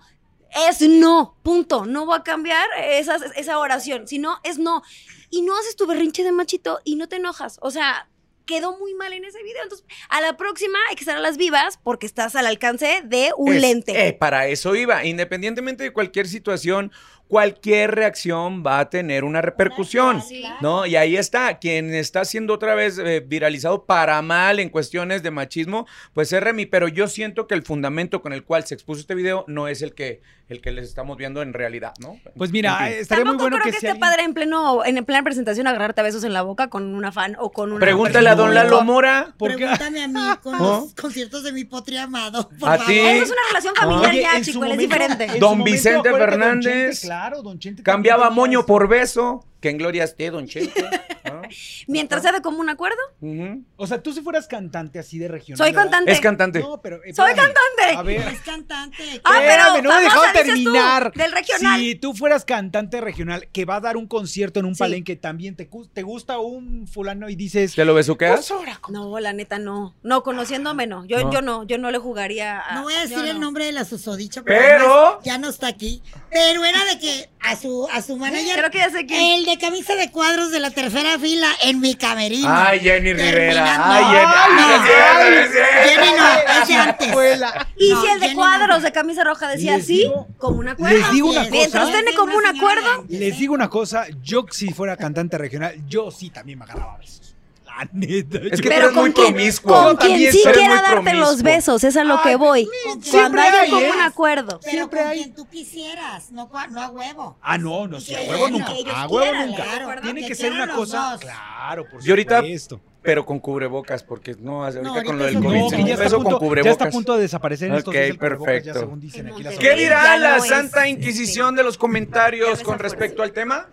Speaker 4: es no. Punto. No va a cambiar esas- esa oración. Si no, es no. Y no haces tu berrinche de machito y no te enojas. O sea, quedó muy mal en ese video. Entonces, a la próxima hay que estar a las vivas porque estás al alcance de un
Speaker 3: Es-
Speaker 4: lente.
Speaker 3: eh, para eso iba. Independientemente de cualquier situación, cualquier reacción va a tener una repercusión.
Speaker 4: Sí.
Speaker 3: No, y ahí está, quien está siendo otra vez eh, viralizado para mal en cuestiones de machismo, pues es Remy, pero yo siento que el fundamento con el cual se expuso este video no es el que, el que les estamos viendo en realidad, ¿no?
Speaker 2: Pues
Speaker 3: En
Speaker 2: mira,
Speaker 3: fin.
Speaker 2: eh, estaría muy
Speaker 4: Tampoco
Speaker 2: bueno
Speaker 4: creo que,
Speaker 2: que, si
Speaker 4: esté
Speaker 2: alguien-
Speaker 4: padre en pleno, en plena presentación agarrarte a besos en la boca con una fan o con una
Speaker 3: pregúntale a don Lalo Mora.
Speaker 2: ¿Por qué?
Speaker 1: Pregúntame a mí con
Speaker 3: ¿Oh?
Speaker 1: los conciertos de mi potri amado. Por
Speaker 3: ¿A
Speaker 1: favor.
Speaker 3: ti?
Speaker 4: Eso es una relación familiar
Speaker 2: Oye,
Speaker 4: ya,
Speaker 2: en su
Speaker 4: chico, él es
Speaker 2: momento-
Speaker 4: diferente.
Speaker 2: en su
Speaker 3: Don
Speaker 2: momento,
Speaker 3: Vicente
Speaker 2: acuérdate, don Chente,
Speaker 3: Fernández
Speaker 2: claro, don Chente también
Speaker 3: Cambiaba
Speaker 2: tenía
Speaker 3: moño
Speaker 2: eso.
Speaker 3: por beso. Que en gloria esté, don Chente. ¿no?
Speaker 4: Mientras sea de común acuerdo,
Speaker 3: Ujú.
Speaker 2: O sea, tú si fueras cantante así de regional.
Speaker 4: soy
Speaker 2: ¿verdad?
Speaker 4: cantante.
Speaker 3: Es cantante.
Speaker 2: No, pero. eh,
Speaker 4: Soy
Speaker 2: espérame.
Speaker 4: cantante.
Speaker 2: A ver.
Speaker 1: Es cantante.
Speaker 4: Ah,
Speaker 2: espérame,
Speaker 4: pero
Speaker 2: no me
Speaker 4: famosa,
Speaker 2: dejaron
Speaker 4: dices tú,
Speaker 2: terminar.
Speaker 4: del regional.
Speaker 2: Si tú fueras cantante regional que va a dar un concierto en un
Speaker 4: Sí.
Speaker 2: palenque también te, gu- te gusta un fulano y dices.
Speaker 3: ¿Te lo besuqueas?
Speaker 2: "Pues ahora, ¿cómo?".
Speaker 4: No, la neta no. No, conociéndome no. Yo
Speaker 3: No.
Speaker 4: no, yo no, yo no le jugaría a
Speaker 1: No voy a decir
Speaker 4: Ah, yo
Speaker 1: el
Speaker 4: no.
Speaker 1: nombre de la susodicha,
Speaker 3: Pero-
Speaker 1: además ya no está aquí. Pero era de que a su, a su manager,
Speaker 4: Eh, Creo que ya sé quién.
Speaker 1: el de camisa de cuadros de la tercera fila en mi camerino.
Speaker 3: Ay, Jenny Rivera.
Speaker 1: Terminando.
Speaker 3: Ay, Jenny.
Speaker 1: Ay,
Speaker 3: Ay,
Speaker 1: no.
Speaker 3: sí, ay, sí.
Speaker 1: Jenny no, es de antes.
Speaker 2: Abuela.
Speaker 4: Y
Speaker 1: No,
Speaker 4: si el de
Speaker 1: Jenny
Speaker 4: cuadros
Speaker 1: no.
Speaker 4: de camisa roja decía
Speaker 2: Les
Speaker 4: así,
Speaker 2: digo-
Speaker 4: como un acuerdo.
Speaker 2: les digo una
Speaker 1: Así es.
Speaker 2: Mientras cosa.
Speaker 4: tiene como un
Speaker 1: Una señora de
Speaker 4: acuerdo,
Speaker 1: antes,
Speaker 2: Les
Speaker 1: ¿eh?
Speaker 2: digo una cosa, yo si fuera cantante regional, yo sí también me agarraba besos. La neta.
Speaker 3: Es
Speaker 2: yo-
Speaker 3: que tú eres muy
Speaker 4: quien,
Speaker 3: promiscuo.
Speaker 4: con
Speaker 2: Yo también
Speaker 4: quien sí
Speaker 2: soy
Speaker 4: quiera
Speaker 3: muy
Speaker 4: darte
Speaker 3: promiscuo.
Speaker 4: los besos, es a lo
Speaker 2: Ay,
Speaker 4: que voy.
Speaker 1: mi-
Speaker 4: Cuando
Speaker 2: siempre
Speaker 4: haya
Speaker 2: hay,
Speaker 4: como
Speaker 2: ¿eh?
Speaker 4: un acuerdo.
Speaker 1: Pero
Speaker 2: Siempre
Speaker 1: con
Speaker 2: hay.
Speaker 1: quien tú quisieras, no, cua- no a huevo.
Speaker 2: Ah, no, no, sí, a
Speaker 1: Que
Speaker 2: huevo
Speaker 1: ellos-
Speaker 2: nunca.
Speaker 1: que ellos
Speaker 2: A huevo
Speaker 4: quieran,
Speaker 2: nunca.
Speaker 1: claro.
Speaker 2: Tiene
Speaker 1: Que
Speaker 2: que ser
Speaker 1: quieran
Speaker 2: una
Speaker 1: los
Speaker 2: cosa.
Speaker 1: dos.
Speaker 2: Claro, por
Speaker 3: Y ahorita-
Speaker 2: supuesto.
Speaker 3: Pero con cubrebocas, porque no, ahorita
Speaker 1: No,
Speaker 3: con
Speaker 1: ahorita
Speaker 3: lo del
Speaker 1: eso no.
Speaker 3: COVID.
Speaker 2: No,
Speaker 3: sí,
Speaker 2: que ya está,
Speaker 3: beso
Speaker 2: a punto,
Speaker 3: con cubrebocas.
Speaker 2: ya está a punto de desaparecer en estos
Speaker 3: Ok,
Speaker 2: días el cubrebocas,
Speaker 3: perfecto.
Speaker 2: ya según dicen aquí las
Speaker 3: ¿Qué
Speaker 4: ¿Qué
Speaker 2: autoridades.
Speaker 3: dirá
Speaker 4: Ya
Speaker 3: la
Speaker 4: no es.
Speaker 3: Santa Inquisición de los comentarios
Speaker 4: Ya
Speaker 3: con
Speaker 4: ves,
Speaker 3: respecto al tema?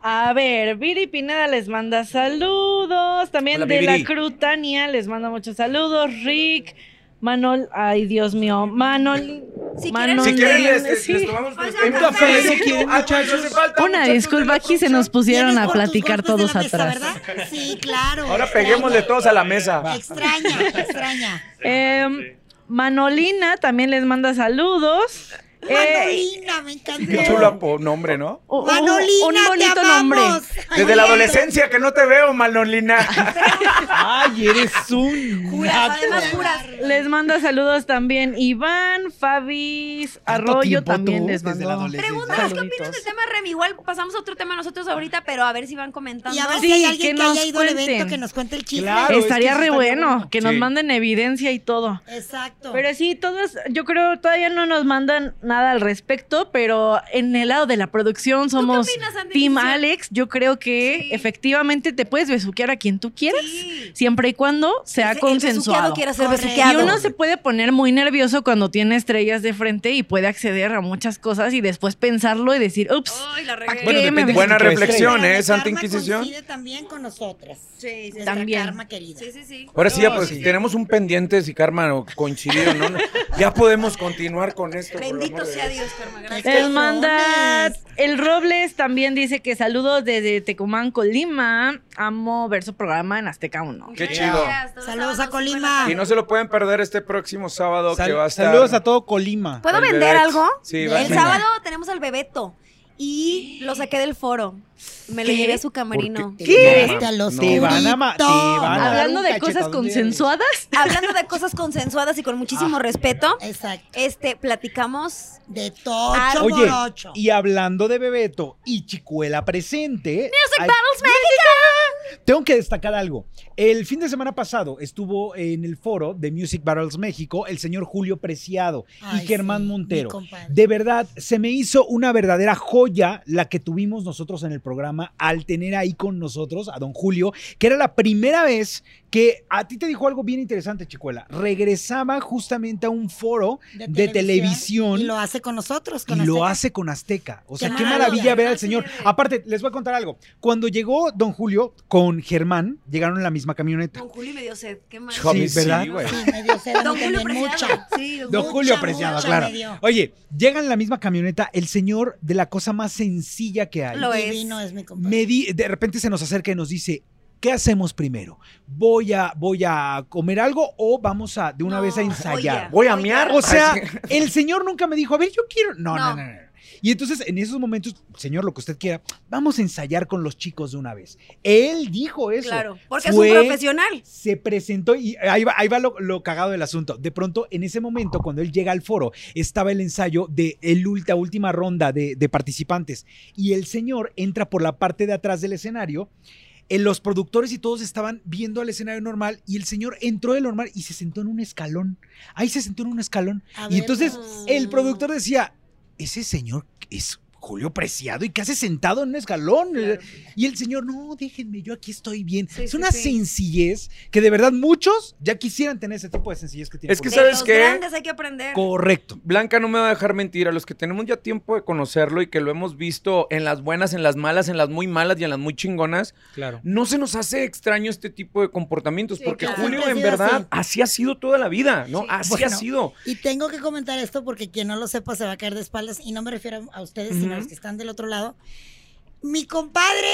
Speaker 5: A ver, Viri Pineda les manda saludos. También
Speaker 3: Hola,
Speaker 5: de
Speaker 3: Viri.
Speaker 5: la Crutania les manda muchos saludos. Rick, Manol, ay Dios mío, Manol.
Speaker 4: Si
Speaker 5: Manon-
Speaker 3: Si
Speaker 5: ¿Dónde?
Speaker 3: quieren, les,
Speaker 5: Sí.
Speaker 3: les tomamos Ah,
Speaker 4: O sea,
Speaker 3: un
Speaker 4: café,
Speaker 2: si
Speaker 3: pues,
Speaker 2: quieren, muchachos.
Speaker 5: Una disculpa, aquí se nos pusieron
Speaker 1: Vienes
Speaker 5: a
Speaker 1: por tus
Speaker 5: platicar
Speaker 1: golpes de
Speaker 5: todos
Speaker 1: la mesa,
Speaker 5: atrás.
Speaker 1: ¿verdad? Sí, claro.
Speaker 3: Ahora
Speaker 1: extraña.
Speaker 3: peguémosle todos a la mesa.
Speaker 1: Extraña, extraña.
Speaker 5: Eh, Manolina también les manda saludos. Eh,
Speaker 1: Manolina, me
Speaker 3: Qué
Speaker 1: encanta.
Speaker 3: chulo po- nombre, ¿no?
Speaker 5: u- u-
Speaker 1: Manolina,
Speaker 5: un bonito
Speaker 1: te
Speaker 5: nombre.
Speaker 1: amamos.
Speaker 3: Desde la adolescencia que no te veo, Manolina.
Speaker 2: Ay, eres un.
Speaker 4: Juras, además juras.
Speaker 5: Les manda saludos también Iván, Fabis,
Speaker 2: Tanto
Speaker 5: Arroyo
Speaker 2: tiempo
Speaker 5: también
Speaker 2: tú,
Speaker 5: les
Speaker 2: desde la
Speaker 5: mandó.
Speaker 2: adolescencia.
Speaker 4: Preguntas, ¿qué opinas
Speaker 5: Saluditos.
Speaker 4: del tema Remy? Igual pasamos a otro tema nosotros ahorita, pero a ver si van comentando.
Speaker 1: Y a ver
Speaker 5: Sí,
Speaker 1: si hay
Speaker 5: que
Speaker 1: alguien que,
Speaker 5: nos
Speaker 1: haya ido al evento
Speaker 5: cuenten.
Speaker 1: que nos cuente el chisme.
Speaker 2: Claro. es que
Speaker 5: estaría
Speaker 2: sí
Speaker 5: re
Speaker 2: estaría
Speaker 5: bueno,
Speaker 2: bueno.
Speaker 5: que nos
Speaker 3: Sí.
Speaker 5: manden evidencia y todo.
Speaker 1: Exacto.
Speaker 5: Pero sí, todos, yo creo todavía no nos mandan nada al respecto, pero en el lado de la producción
Speaker 4: ¿Tú qué
Speaker 5: somos
Speaker 4: opinas, Andy?
Speaker 5: Team Alex. Yo creo que
Speaker 4: Sí.
Speaker 5: efectivamente te puedes besuquear a quien tú quieras,
Speaker 4: Sí.
Speaker 5: siempre y cuando sea
Speaker 4: El
Speaker 5: consensuado.
Speaker 4: besuqueado quiere ser
Speaker 1: Correcto.
Speaker 5: Y
Speaker 4: besuqueado.
Speaker 5: uno se puede poner muy nervioso cuando tiene estrellas de frente y puede acceder a muchas cosas y después pensarlo y decir, ups,
Speaker 4: Ay, la regué.
Speaker 5: Bueno, depende de
Speaker 3: Buena
Speaker 2: quién te
Speaker 3: reflexión,
Speaker 1: Pero
Speaker 3: ¿eh?
Speaker 1: mi
Speaker 3: Santa
Speaker 1: karma
Speaker 3: Inquisición.
Speaker 1: coincide también con nosotras.
Speaker 4: Sí, sí,
Speaker 1: Nuestra
Speaker 5: También.
Speaker 1: karma querida.
Speaker 4: sí, sí, sí.
Speaker 3: Ahora sí, ya pues,
Speaker 2: sí.
Speaker 3: tenemos un pendiente si Karma o coincidió, ¿no? Ya podemos continuar con esto. por el
Speaker 4: Bendito
Speaker 3: amor de
Speaker 4: sea
Speaker 3: Dios.
Speaker 4: Dios, Karma. Gracias.
Speaker 5: El
Speaker 1: Calzones.
Speaker 5: manda el Robles también dice que saludos desde Tecumán, Colima. Amo ver su programa en Azteca 1.
Speaker 3: Qué
Speaker 4: Gracias,
Speaker 3: chido.
Speaker 4: todos
Speaker 1: Saludos a
Speaker 4: sábados,
Speaker 1: Colima.
Speaker 3: Y no se lo pueden perder este próximo sábado que
Speaker 2: Sal-
Speaker 3: va a estar.
Speaker 2: saludos a todo Colima.
Speaker 4: ¿Puedo
Speaker 3: El
Speaker 4: vender
Speaker 3: Bebex.
Speaker 4: algo?
Speaker 3: Sí,
Speaker 1: va.
Speaker 4: El sábado tenemos al Bebeto y lo saqué del foro. Me lo
Speaker 5: ¿Qué?
Speaker 4: llevé a su camerino.
Speaker 1: Te
Speaker 3: ¿Qué?
Speaker 1: llevaste al
Speaker 2: Te van a ma- te
Speaker 1: oscurito.
Speaker 2: van a-
Speaker 5: Hablando
Speaker 2: dar
Speaker 5: de
Speaker 2: un
Speaker 5: cosas
Speaker 2: cachetadón de-
Speaker 5: consensuadas.
Speaker 4: Hablando de cosas consensuadas y con muchísimo respeto,
Speaker 1: Exacto.
Speaker 4: este, platicamos.
Speaker 1: De tocho
Speaker 4: Árbol.
Speaker 1: Oye,
Speaker 2: Oye,
Speaker 1: por Pues, ocho.
Speaker 2: y hablando de Bebeto y Chicuela presente,
Speaker 4: ¡Music
Speaker 2: hay-
Speaker 4: Battles México!
Speaker 2: tengo que destacar algo. El fin de semana pasado estuvo en el foro de Music Battles México el señor Julio Preciado
Speaker 1: Ay,
Speaker 2: y Germán
Speaker 1: sí, mi
Speaker 2: Montero.
Speaker 1: compadre.
Speaker 2: De verdad, se me hizo una verdadera joya la que tuvimos nosotros en el programa al tener ahí con nosotros a don Julio, que era la primera vez que a ti te dijo algo bien interesante, Chicuela. Regresaba justamente a un foro de televisión
Speaker 1: Y lo hace con nosotros.
Speaker 2: y
Speaker 1: Con
Speaker 2: lo
Speaker 1: Azteca.
Speaker 2: hace con Azteca. O sea,
Speaker 1: Qué
Speaker 2: qué
Speaker 1: maravilla. Ah,
Speaker 2: maravilla ver al
Speaker 4: Qué
Speaker 2: señor.
Speaker 4: chévere.
Speaker 2: Aparte, les voy a contar algo. Cuando llegó Don Julio con Germán, llegaron en la misma camioneta.
Speaker 4: Don Julio me dio sed. Qué mal.
Speaker 2: Sí, ¿verdad?
Speaker 3: güey.
Speaker 1: Sí, me dio sed a mí
Speaker 4: Don Julio
Speaker 1: también,
Speaker 4: Preciado.
Speaker 1: mucha.
Speaker 4: Sí, don
Speaker 2: Don
Speaker 1: Mucha,
Speaker 4: Julio.
Speaker 2: Julio Preciado,
Speaker 1: mucha
Speaker 2: claro.
Speaker 1: me dio.
Speaker 2: Oye, llega en la misma camioneta el señor de la cosa más sencilla que hay.
Speaker 4: Lo es.
Speaker 1: Divino es mi compadre.
Speaker 2: Me di- de repente se nos acerca y nos dice, ¿qué hacemos primero? ¿Voy a, voy a comer algo o vamos a de una
Speaker 4: No,
Speaker 2: vez a ensayar?
Speaker 3: Voy a
Speaker 4: Oye.
Speaker 3: mear.
Speaker 2: O sea, el señor nunca me dijo, a ver, yo quiero. No, no,
Speaker 4: No.
Speaker 2: no, no. Y entonces, en esos momentos, señor, lo que usted quiera, vamos a ensayar con los chicos de una vez. Él dijo eso.
Speaker 4: Claro, porque
Speaker 2: Fue-
Speaker 4: es un profesional.
Speaker 2: Se presentó y ahí va, ahí va lo, lo cagado del asunto. De pronto, en ese momento, cuando él llega al foro, estaba el ensayo de el ulta- última ronda de, de participantes. Y el señor entra por la parte de atrás del escenario. eh, los productores y todos estaban viendo al escenario normal y el señor entró del normal y se sentó en un escalón. Ahí se sentó en un escalón.
Speaker 1: A
Speaker 2: Y
Speaker 1: ver,
Speaker 2: entonces
Speaker 1: pues,
Speaker 2: el productor decía, ese señor es Julio Preciado y que hace sentado en un escalón. Y el señor, no, déjenme, yo aquí estoy bien.
Speaker 4: Sí,
Speaker 2: es
Speaker 4: sí,
Speaker 2: una
Speaker 4: sí.
Speaker 2: sencillez que de verdad muchos ya quisieran tener ese tipo de sencillez que tiene.
Speaker 3: Es que
Speaker 2: Julio.
Speaker 4: De
Speaker 3: ¿sabes
Speaker 4: los
Speaker 3: qué?
Speaker 4: grandes hay que aprender.
Speaker 2: Correcto.
Speaker 3: Blanca no me va a dejar mentir, a los que tenemos ya tiempo de conocerlo y que lo hemos visto en las buenas, en las malas, en las muy malas y en las muy chingonas,
Speaker 2: Claro.
Speaker 3: no se nos hace extraño este tipo de comportamientos,
Speaker 4: Sí,
Speaker 3: porque
Speaker 4: claro.
Speaker 3: Julio
Speaker 1: Siempre ha
Speaker 3: en
Speaker 1: sido
Speaker 3: verdad
Speaker 1: así.
Speaker 3: así ha sido toda la vida, ¿no?
Speaker 4: Sí.
Speaker 3: Así ha
Speaker 2: Bueno.
Speaker 3: sido.
Speaker 1: Y tengo que comentar esto porque quien no lo sepa se va a caer de espaldas y no me refiero a ustedes, sino a los
Speaker 3: Ujú.
Speaker 1: que están del otro lado. Mi compadre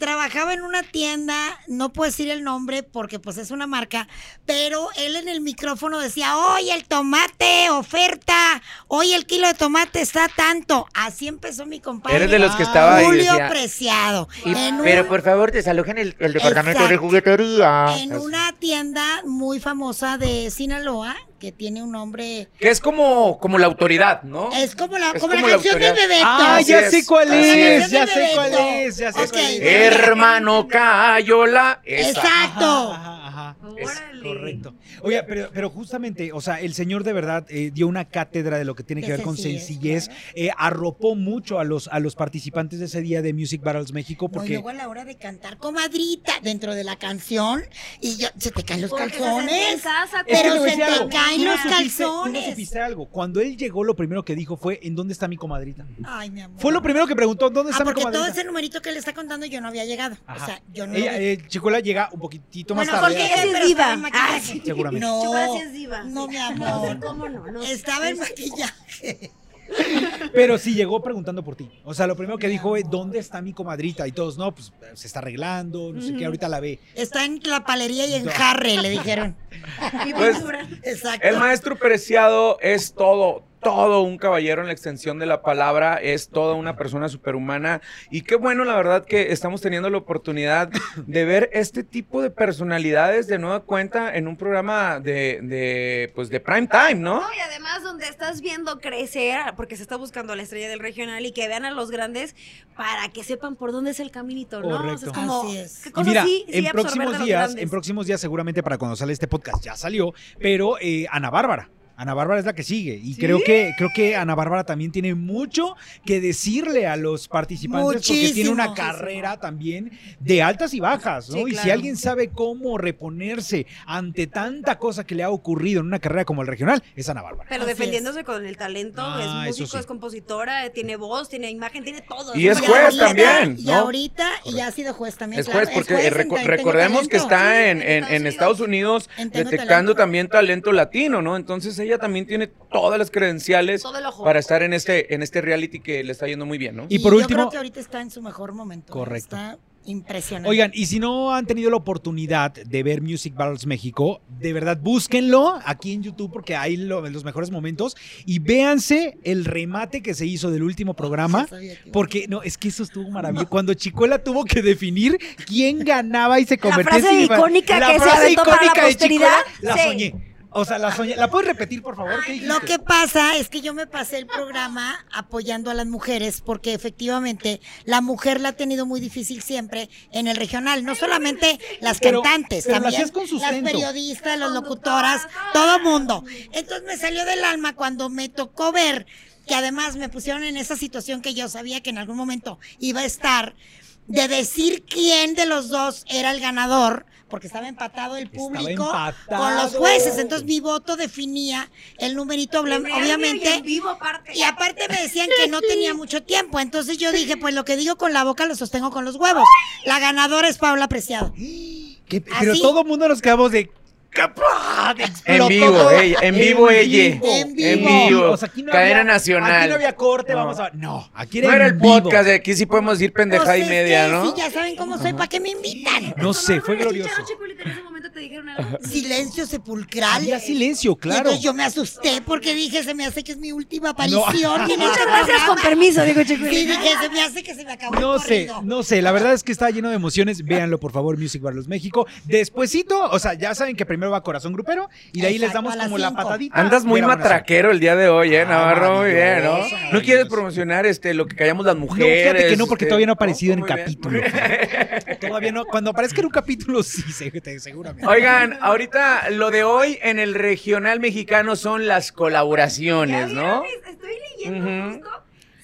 Speaker 1: trabajaba en una tienda, no puedo decir el nombre porque pues es una marca, pero él en el micrófono decía, hoy el tomate, oferta, hoy el kilo de tomate está tanto. Así empezó mi compadre.
Speaker 3: Eres de los que estaba ahí,
Speaker 1: Julio
Speaker 3: decía-
Speaker 1: Preciado. en un-
Speaker 6: Pero por favor, desalojen el, el departamento de
Speaker 1: Exacto.
Speaker 6: juguetería.
Speaker 2: ah,
Speaker 1: en una tienda muy famosa de Sinaloa, que tiene un nombre.
Speaker 3: Que es como, como la autoridad, ¿no?
Speaker 2: Oh,
Speaker 1: Es como la,
Speaker 3: Es
Speaker 1: como la
Speaker 3: como la
Speaker 1: canción de
Speaker 3: autoridad.
Speaker 1: Bebeto.
Speaker 2: Ah,
Speaker 3: Así
Speaker 2: ya
Speaker 3: es,
Speaker 2: sé cuál
Speaker 3: así
Speaker 2: es,
Speaker 1: es.
Speaker 2: ya sé cuál
Speaker 1: Perfecto.
Speaker 2: es, ya sé
Speaker 1: Ok.
Speaker 2: cuál es.
Speaker 3: Hermano Cayola. Esa.
Speaker 1: Exacto.
Speaker 2: Ajá, ajá, ajá.
Speaker 4: Órale.
Speaker 2: Correcto. Oye, pero, pero justamente, o sea, el señor de verdad eh, dio una cátedra de lo que tiene que
Speaker 1: De
Speaker 2: ver con
Speaker 1: sencillez,
Speaker 2: sencillez, eh, arropó mucho a los, a los participantes de ese día de Music Battles México
Speaker 1: No, y
Speaker 2: porque...
Speaker 1: luego a la hora de cantar comadrita dentro de la canción y yo- se te caen los
Speaker 4: Porque se sentía en
Speaker 1: calzones.
Speaker 4: casa,
Speaker 1: Pero
Speaker 2: Es que voy a
Speaker 1: se
Speaker 2: decir
Speaker 1: te
Speaker 2: algo,
Speaker 1: caen
Speaker 2: tú no
Speaker 1: los
Speaker 2: supiste-
Speaker 1: calzones.
Speaker 2: Tú no supiste algo. Cuando él llegó, lo primero que dijo fue, ¿en dónde está mi comadrita?
Speaker 1: Ay, mi amor.
Speaker 2: Fue lo primero que preguntó, ¿dónde
Speaker 1: Ah,
Speaker 2: está mi
Speaker 1: porque todo
Speaker 2: comadrita?
Speaker 1: ese numerito que le está contando yo no había llegado.
Speaker 2: Ajá.
Speaker 1: O sea, yo no lo
Speaker 2: Ella,
Speaker 1: vi.
Speaker 2: eh, Chicuela llega un poquitito más
Speaker 1: Bueno,
Speaker 2: tarde.
Speaker 1: porque
Speaker 2: Ajá.
Speaker 1: es pero
Speaker 4: diva.
Speaker 1: estaba en maquillaje.
Speaker 4: Ah, sí.
Speaker 2: Seguramente.
Speaker 1: No,
Speaker 4: Chocolate es diva.
Speaker 1: no, mi
Speaker 4: No sé
Speaker 1: amor.
Speaker 4: cómo no. no sé.
Speaker 1: Estaba en maquillaje.
Speaker 2: Pero sí llegó preguntando por ti. O sea, lo primero que dijo es, ¿dónde está mi comadrita? Y todos, no, pues se está arreglando, no sé qué, ahorita la ve.
Speaker 1: Está en la palería y en Harre, le dijeron.
Speaker 4: Y
Speaker 3: Pues,
Speaker 4: pintura.
Speaker 1: Exacto.
Speaker 3: El maestro Preciado es todo, todo un caballero en la extensión de la palabra, es toda una persona superhumana y qué bueno la verdad que estamos teniendo la oportunidad de ver este tipo de personalidades de nueva cuenta en un programa de, de, pues de prime time, ¿no?
Speaker 4: No, y además donde estás viendo crecer, porque se está buscando a la estrella del regional y que vean a los grandes para que sepan por dónde es el caminito, ¿no? O sea,
Speaker 2: Correcto.
Speaker 4: es como,
Speaker 1: Así es.
Speaker 4: ¿qué
Speaker 2: Y
Speaker 4: cosa
Speaker 2: mira,
Speaker 4: sí- sí
Speaker 2: en
Speaker 4: absorber de
Speaker 2: próximos
Speaker 4: los
Speaker 2: días,
Speaker 4: grandes?
Speaker 2: en próximos días seguramente para cuando sale este podcast ya salió, pero eh, Ana Bárbara. Ana Bárbara es la que sigue y creo que creo que Ana Bárbara también tiene mucho que decirle a los participantes porque tiene una
Speaker 1: Muchísimo.
Speaker 2: carrera también de altas y bajas, ¿no?
Speaker 5: Sí,
Speaker 2: Y si
Speaker 5: claro.
Speaker 2: alguien sabe cómo reponerse ante tanta cosa que le ha ocurrido en una carrera como el regional, es Ana Bárbara.
Speaker 4: Pero
Speaker 1: Así
Speaker 4: defendiéndose con el talento,
Speaker 2: Ah,
Speaker 4: es
Speaker 2: eso
Speaker 4: músico,
Speaker 2: sí.
Speaker 4: es compositora, eh, tiene voz, tiene imagen, tiene todo.
Speaker 3: Y es
Speaker 1: Y
Speaker 4: una
Speaker 3: juez
Speaker 1: ahorita-
Speaker 4: caballería.
Speaker 3: también,
Speaker 1: Y
Speaker 3: ¿no?
Speaker 1: ahorita, y ha sido juez también.
Speaker 3: Es
Speaker 1: claro.
Speaker 3: juez, porque
Speaker 1: juez en
Speaker 3: reco-
Speaker 1: Tengo
Speaker 3: recordemos que
Speaker 1: Talento.
Speaker 3: está en,
Speaker 4: Sí,
Speaker 3: en- en
Speaker 4: en
Speaker 3: Estados
Speaker 4: Estados
Speaker 3: Unidos
Speaker 1: En Tengo
Speaker 3: detectando
Speaker 1: Talento.
Speaker 3: también talento latino, ¿no? Entonces ella también tiene todas las credenciales
Speaker 4: Todo el ojo.
Speaker 3: para estar en este, en este reality que le está yendo muy bien, ¿no?
Speaker 2: Y por
Speaker 1: yo
Speaker 2: último-
Speaker 1: creo que ahorita está en su mejor momento. ¿eh?
Speaker 2: Correcto.
Speaker 1: Está impresionante.
Speaker 2: Oigan, y si no han tenido la oportunidad de ver Music Battles México, de verdad búsquenlo aquí en YouTube porque hay lo- los mejores momentos y véanse el remate que se hizo del último programa.
Speaker 1: Ya sabía que-
Speaker 2: Porque no, es que eso estuvo maravilloso. Cuando Chicuela tuvo que definir quién ganaba y se convertía
Speaker 4: frase
Speaker 2: en
Speaker 4: icónica
Speaker 2: la
Speaker 4: que se
Speaker 2: frase
Speaker 4: aventó para la
Speaker 2: icónica de Chicuela,
Speaker 4: posteridad,
Speaker 2: la
Speaker 4: sí.
Speaker 2: soñé. O sea, la soñé. ¿La puedes repetir, por favor? ¿Qué
Speaker 1: Lo
Speaker 2: dijiste?
Speaker 1: que pasa es que yo me pasé el programa apoyando a las mujeres porque efectivamente la mujer la ha tenido muy difícil siempre en el regional, no solamente las
Speaker 2: Pero-
Speaker 1: cantantes,
Speaker 2: pero lo
Speaker 1: también
Speaker 2: hacías con
Speaker 1: las
Speaker 2: sustento.
Speaker 1: periodistas, las locutoras, todo mundo. Entonces me salió del alma cuando me tocó ver que además me pusieron en esa situación que yo sabía que en algún momento iba a estar de decir quién de los dos era el ganador, porque estaba empatado el
Speaker 2: Estaba
Speaker 1: público
Speaker 2: empatado.
Speaker 1: con los jueces, entonces mi voto definía el numerito, obla-
Speaker 4: En radio Y, en
Speaker 1: obviamente.
Speaker 4: vivo aparte.
Speaker 1: Y aparte me decían que no tenía mucho tiempo, entonces yo dije, pues lo que digo con la boca lo sostengo con los huevos. La ganadora es Paula Preciado.
Speaker 2: ¿Qué? Pero
Speaker 1: así.
Speaker 2: todo el mundo nos quedamos de...
Speaker 3: En vivo, ella, en vivo ella.
Speaker 1: En vivo.
Speaker 2: O sea, aquí no
Speaker 3: Cadena
Speaker 2: había-
Speaker 3: nacional.
Speaker 2: Aquí no había corte,
Speaker 3: No.
Speaker 2: vamos a. No, aquí era,
Speaker 3: No era
Speaker 2: en
Speaker 3: el
Speaker 2: vivo.
Speaker 3: podcast, de aquí sí podemos ir pendejada
Speaker 1: Pues
Speaker 3: y
Speaker 1: es
Speaker 3: media,
Speaker 1: que
Speaker 3: ¿no?
Speaker 1: sí, ya saben cómo soy, ¿para qué me invitan?
Speaker 2: No sé, fue
Speaker 4: Chicharo
Speaker 2: glorioso.
Speaker 4: Chiculita, en ese momento te dijeron algo.
Speaker 1: Silencio sepulcral.
Speaker 2: Había silencio,
Speaker 1: Y
Speaker 2: claro.
Speaker 1: entonces yo me asusté porque dije, se me hace que es mi última aparición. en este
Speaker 4: Muchas gracias, con
Speaker 1: programa.
Speaker 4: permiso, digo Chiculita.
Speaker 1: Sí, dije, se me hace que se me acabó el
Speaker 2: No sé,
Speaker 1: corrido.
Speaker 2: no sé, la verdad es que está lleno de emociones. Véanlo, por favor, Music Barlos México. Despuésito, o sea, ya saben que primero va Corazón Grupero y de ahí les
Speaker 1: Exacto,
Speaker 2: damos
Speaker 1: a las
Speaker 2: como la
Speaker 1: cinco.
Speaker 2: patadita.
Speaker 3: Andas muy
Speaker 2: Mira, buena
Speaker 3: matraquero el día de hoy, ¿eh,
Speaker 2: Ah,
Speaker 3: Navarro? Muy bien, ¿no?
Speaker 2: maravilloso,
Speaker 3: No quieres
Speaker 2: maravilloso.
Speaker 3: promocionar este, lo que callamos las
Speaker 2: suerte. No,
Speaker 3: mujeres.
Speaker 2: fíjate que no, porque
Speaker 3: este,
Speaker 2: todavía no ha aparecido en
Speaker 3: muy bien.
Speaker 2: capítulo. Todavía no, cuando aparezca en un capítulo, sí, se- te- seguramente.
Speaker 3: Oigan, ahorita lo de hoy en el regional mexicano son las colaboraciones, ¿no?
Speaker 4: Estoy leyendo
Speaker 3: Ujú.
Speaker 4: justo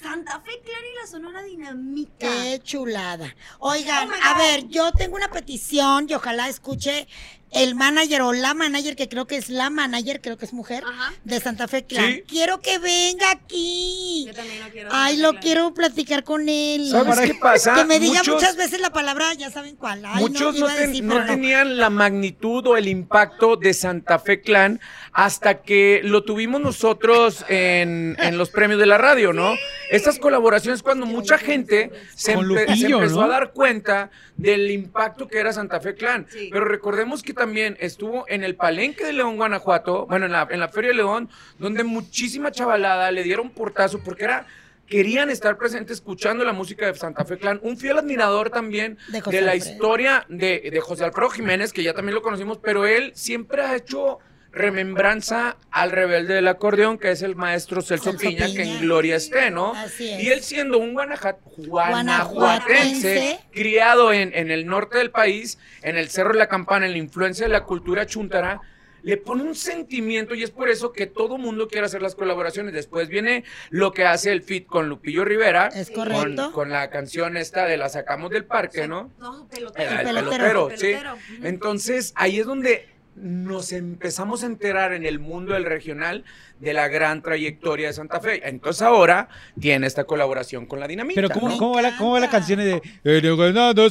Speaker 4: Santa Fe Clara y la Sonora Dinamita.
Speaker 1: Qué chulada. Oigan,
Speaker 4: Oh my
Speaker 1: a
Speaker 4: God.
Speaker 1: ver, yo tengo una petición y ojalá escuche el manager o la manager, que creo que es la manager, creo que es mujer,
Speaker 4: Ajá.
Speaker 1: de Santa Fe Clan.
Speaker 3: Sí.
Speaker 1: Quiero que venga aquí.
Speaker 4: Yo también lo quiero.
Speaker 1: Ay,
Speaker 4: Santa
Speaker 1: lo
Speaker 4: Clara.
Speaker 1: quiero platicar con él.
Speaker 3: ¿Sabes qué pasa?
Speaker 1: Que me diga
Speaker 3: Muchos-
Speaker 1: muchas veces la palabra, ya saben cuál. Ay,
Speaker 3: Muchos
Speaker 1: no,
Speaker 3: no,
Speaker 1: iba a
Speaker 3: ten-
Speaker 1: decir,
Speaker 3: no
Speaker 1: pero no.
Speaker 3: tenían la magnitud o el impacto de Santa Fe Clan hasta que lo tuvimos nosotros en, en los premios de la radio, ¿no? Estas colaboraciones cuando mucha gente se,
Speaker 2: Con
Speaker 3: empe- se
Speaker 2: Lupillo,
Speaker 3: empezó
Speaker 2: ¿no?
Speaker 3: a dar cuenta del impacto que era Santa Fe Clan.
Speaker 4: Sí.
Speaker 3: Pero recordemos que también estuvo en el Palenque de León, Guanajuato, bueno, en la, en la Feria de León, donde muchísima chavalada le dieron portazo porque era... Querían estar presentes escuchando la música de Santa Fe Clan. Un fiel admirador también
Speaker 1: De
Speaker 3: de,
Speaker 1: José
Speaker 3: la
Speaker 1: Alfredo.
Speaker 3: historia de, de José Alfredo Jiménez, que ya también lo conocimos, pero él siempre ha hecho remembranza al rebelde del acordeón, que es el maestro Celso,
Speaker 1: Celso
Speaker 3: Piña, que
Speaker 1: Piña.
Speaker 3: en gloria esté, ¿no?
Speaker 1: Así es.
Speaker 3: Y él siendo un guanaja- guanajuatense,
Speaker 1: Guanajuatense.
Speaker 3: criado en, en el norte del país, en el Cerro de la Campana, en la influencia de la cultura chuntara, le pone un sentimiento y es por eso que todo mundo quiere hacer las colaboraciones. Después viene lo que hace el fit con Lupillo Rivera.
Speaker 1: Es
Speaker 3: con-
Speaker 1: correcto.
Speaker 3: Con, la canción esta de La Sacamos del Parque, ¿no?
Speaker 4: No, pelotero.
Speaker 3: El
Speaker 1: pelotero.
Speaker 3: pelotero, sí. Entonces, ahí es donde nos empezamos a enterar en el mundo del regional de la gran trayectoria de Santa Fe. Entonces ahora tiene esta colaboración con la Dinamita.
Speaker 2: Pero ¿cómo,
Speaker 1: Me
Speaker 3: ¿no?
Speaker 2: cómo va, la, ¿cómo va la
Speaker 1: encanta.
Speaker 2: canción de "Eh, "Viene ganando,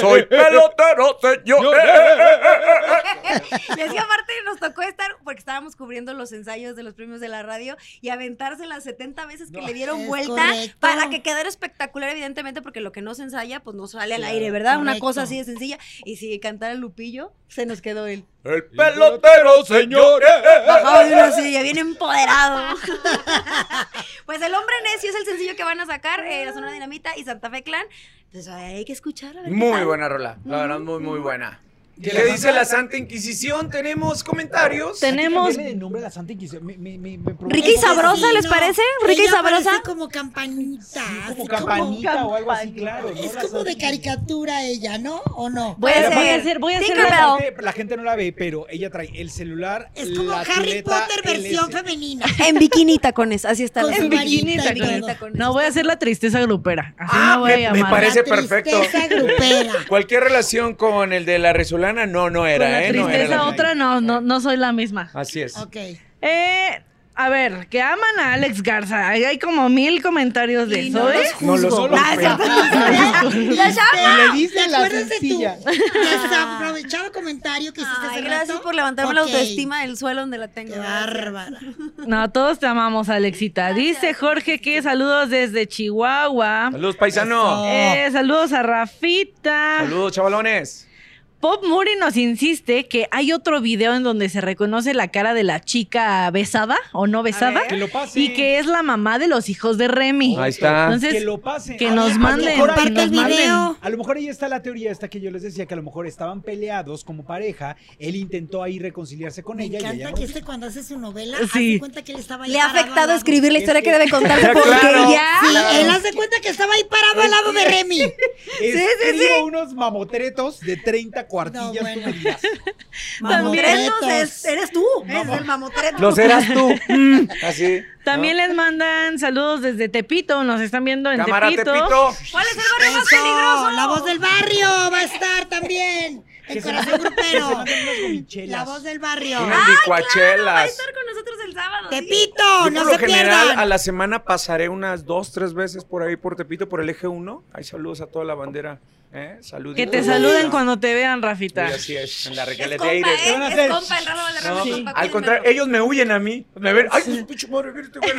Speaker 3: Soy pelotero,
Speaker 2: Yo-
Speaker 3: señor. eh.
Speaker 4: Y es que aparte nos tocó estar, porque estábamos cubriendo los ensayos de los premios de la radio y aventarse las 70 veces que le dieron
Speaker 1: Es
Speaker 4: vuelta
Speaker 1: correcto.
Speaker 4: para que quedara espectacular, evidentemente, porque lo que no se ensaya, pues no sale al aire, ¿verdad? Una
Speaker 1: correcto.
Speaker 4: cosa así de sencilla. Y si cantara Lupillo, se nos quedó él.
Speaker 3: El pelotero, eh, señores.
Speaker 4: Bajado de una silla, bien empoderado. pues El Hombre Necio es el sencillo que van a sacar, eh, La Zona Dinamita y Santa Fe Clan. Entonces hay que escucharlo. a ver qué
Speaker 3: Muy
Speaker 4: tal.
Speaker 3: buena rola, la verdad muy muy buena.
Speaker 2: ¿Qué
Speaker 3: ¿Qué dice la Santa Inquisición? ¿Tenemos comentarios?
Speaker 5: Tenemos
Speaker 2: Cambiarle de nombre a la Santa Inquisición. Me- me- me- me provoca-
Speaker 4: Rica y
Speaker 1: Es que
Speaker 4: sabrosa,
Speaker 1: sí,
Speaker 4: ¿les
Speaker 1: no,
Speaker 4: parece? Rica y
Speaker 1: ella parece
Speaker 4: sabrosa.
Speaker 1: como campanita. así
Speaker 2: Como
Speaker 1: como-
Speaker 2: campanita o algo así, claro. ¿no?
Speaker 1: es
Speaker 2: La
Speaker 1: como
Speaker 2: Santa
Speaker 1: de caricatura ella, ¿no? ¿O no?
Speaker 5: Voy
Speaker 4: Puede
Speaker 5: a, voy a
Speaker 4: ser.
Speaker 5: hacer, voy a hacer
Speaker 4: Tinkerbell.
Speaker 5: la-
Speaker 2: La gente, la gente no la ve, pero ella trae el celular.
Speaker 1: Es como
Speaker 2: la
Speaker 1: Harry
Speaker 2: chuleta,
Speaker 1: Potter
Speaker 2: el
Speaker 1: versión
Speaker 2: ese.
Speaker 1: femenina.
Speaker 4: En bikini tacones, así está.
Speaker 1: Con
Speaker 4: la
Speaker 1: su
Speaker 4: Santa.
Speaker 1: bikini
Speaker 4: En bikini
Speaker 1: tacones.
Speaker 4: tacones.
Speaker 5: No, voy a hacer la tristeza grupera. Así
Speaker 3: Ah,
Speaker 5: me voy
Speaker 3: me-
Speaker 5: a
Speaker 3: me
Speaker 5: llamar.
Speaker 3: parece-
Speaker 1: La
Speaker 3: perfecto.
Speaker 1: tristeza grupera.
Speaker 3: Cualquier relación con el de la Resolana no no
Speaker 5: Con
Speaker 3: era,
Speaker 5: la
Speaker 3: eh, no era Ah.
Speaker 5: tristeza
Speaker 3: la-
Speaker 5: otra, no, no, no soy la misma.
Speaker 3: Así es.
Speaker 1: Ok.
Speaker 5: Eh, a ver, que aman a Alex Garza. Ahí hay como mil comentarios de
Speaker 1: Y
Speaker 5: eso,
Speaker 1: no
Speaker 5: ¿eh?
Speaker 1: los
Speaker 2: No, los-
Speaker 1: juzgo.
Speaker 2: no los-
Speaker 1: Ah, esa-
Speaker 4: La chava.
Speaker 1: ¿Te-
Speaker 2: le dicen
Speaker 1: te
Speaker 2: la
Speaker 1: acuerdas de tu
Speaker 2: sencilla.
Speaker 1: desaprovechado comentario que hiciste
Speaker 4: Ay,
Speaker 1: hace
Speaker 4: gracias
Speaker 1: rato?
Speaker 4: por levantarme la
Speaker 1: Ok.
Speaker 4: autoestima del suelo donde la tengo.
Speaker 1: Qué
Speaker 4: Gracias.
Speaker 1: bárbara.
Speaker 5: No, todos te amamos, Alexita. Dice Jorge que saludos desde Chihuahua.
Speaker 3: Saludos
Speaker 1: Eso.
Speaker 3: paisano.
Speaker 5: Eh, saludos a Rafita.
Speaker 3: Oh. Saludos chavalones.
Speaker 5: Pop Muri nos insiste que hay otro video en donde se reconoce la cara de la chica besada o no besada
Speaker 4: ver.
Speaker 2: Que lo pase.
Speaker 5: y que es la mamá de los hijos de Remy.
Speaker 3: Ahí está.
Speaker 5: Entonces,
Speaker 2: que lo pase.
Speaker 5: que nos manden,
Speaker 2: ahí-
Speaker 5: que
Speaker 1: Comparte el
Speaker 5: nos manden.
Speaker 1: video.
Speaker 2: A lo mejor ahí está la teoría esta que yo les decía, que a lo mejor estaban peleados como pareja, él intentó ahí reconciliarse con
Speaker 1: Me
Speaker 2: ella y
Speaker 1: encanta
Speaker 2: ella
Speaker 1: que
Speaker 2: no.
Speaker 1: este cuando hace su novela,
Speaker 5: Sí.
Speaker 1: hace cuenta que él estaba ahí
Speaker 4: Le ha
Speaker 1: parado al
Speaker 4: afectado Ah,
Speaker 1: lado.
Speaker 4: escribir la historia que debe contarse
Speaker 3: Ya,
Speaker 4: porque
Speaker 3: claro.
Speaker 4: ya.
Speaker 1: Sí, él hace cuenta que estaba ahí parado al lado de Remy.
Speaker 2: Escribo unos mamotretos de 30 cuartillas
Speaker 1: No, bueno.
Speaker 2: comidas.
Speaker 4: Mamotretos
Speaker 1: Mamotretos.
Speaker 4: es- eres tú. Eres el mamotreto.
Speaker 3: Los eras tú. Mm, Así.
Speaker 5: También les mandan saludos desde Tepito. Nos están viendo en
Speaker 3: Cámara
Speaker 5: Tepito.
Speaker 3: Tepito.
Speaker 4: ¿Cuál es el barrio más
Speaker 1: Eso,
Speaker 4: peligroso?
Speaker 1: La voz del barrio va a estar también. El corazón grupero. La voz del barrio. Ah,
Speaker 3: Unas
Speaker 4: Va a
Speaker 3: licuachelas.
Speaker 4: estar con nosotros el sábado. sí.
Speaker 1: Tepito,
Speaker 3: Yo
Speaker 1: no
Speaker 3: por
Speaker 1: se
Speaker 3: lo general a
Speaker 1: pierdan.
Speaker 3: la semana pasaré unas dos, tres veces por ahí por Tepito, por el eje 1. Hay saludos a toda la bandera. ¿eh? Saludos.
Speaker 5: Que te saluden cuando te vean, Rafita.
Speaker 3: así es, en la
Speaker 4: Es
Speaker 3: Regalet
Speaker 4: compa,
Speaker 3: Aires.
Speaker 4: ¿eh?
Speaker 2: van a
Speaker 4: Es
Speaker 2: hacer?
Speaker 4: compa, el rabo de la
Speaker 3: No,
Speaker 4: rama, compa,
Speaker 3: al
Speaker 4: cuídenmelo.
Speaker 3: contrario, ellos me huyen a mí. Me ven, ay, pues, pinche madre, mira este güey.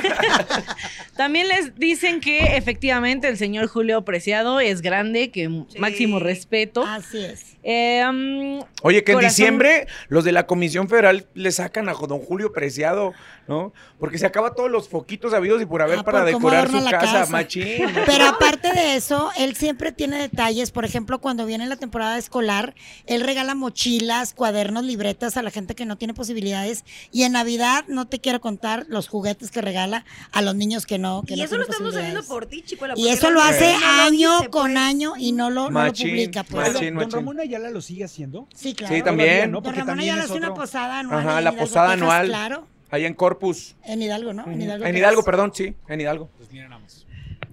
Speaker 5: También les dicen que efectivamente el señor Julio Preciado es grande, que máximo respeto.
Speaker 1: Así es.
Speaker 5: Eh, mm,
Speaker 3: Oye, que en
Speaker 5: Corazón.
Speaker 3: diciembre los de la Comisión Federal le sacan a don Julio Preciado, ¿no? Porque se acaba todos los foquitos habidos y por haber
Speaker 1: Ah,
Speaker 3: para
Speaker 1: por cómo
Speaker 3: decorar
Speaker 1: adorna
Speaker 3: su
Speaker 1: la
Speaker 3: casa,
Speaker 1: casa.
Speaker 3: machín.
Speaker 1: Pero aparte de eso, él siempre tiene detalles. Por ejemplo, cuando viene la temporada escolar, él regala mochilas, cuadernos, libretas a la gente que no tiene posibilidades. Y en Navidad, no te quiero contar los juguetes que regala a los niños que no. Que
Speaker 4: Y
Speaker 1: no
Speaker 4: eso lo
Speaker 1: tienen
Speaker 4: estamos sabiendo
Speaker 1: posibilidades.
Speaker 4: por ti, chicuela.
Speaker 1: Y
Speaker 4: porque
Speaker 1: eso
Speaker 4: no-
Speaker 1: lo hace
Speaker 4: no lo
Speaker 1: año
Speaker 4: dice,
Speaker 1: con
Speaker 4: pues.
Speaker 1: año y no lo, no lo
Speaker 3: Machín,
Speaker 1: publica. Pues.
Speaker 3: machín.
Speaker 2: Don Ramón Ayala lo sigue haciendo.
Speaker 1: Sí, claro.
Speaker 3: Sí, también.
Speaker 2: Todavía, ¿no?
Speaker 1: Don
Speaker 2: Porque
Speaker 1: Ramón
Speaker 2: también
Speaker 1: ya
Speaker 2: es
Speaker 1: hace una
Speaker 2: otro.
Speaker 1: posada anual.
Speaker 3: Ajá,
Speaker 1: en
Speaker 3: la
Speaker 1: Hidalgo,
Speaker 3: posada
Speaker 1: Texas,
Speaker 3: anual.
Speaker 1: Claro,
Speaker 3: Allá en Corpus.
Speaker 1: en Hidalgo, ¿no? En Hidalgo.
Speaker 3: En
Speaker 1: Texas.
Speaker 3: Hidalgo, perdón, sí, en Hidalgo.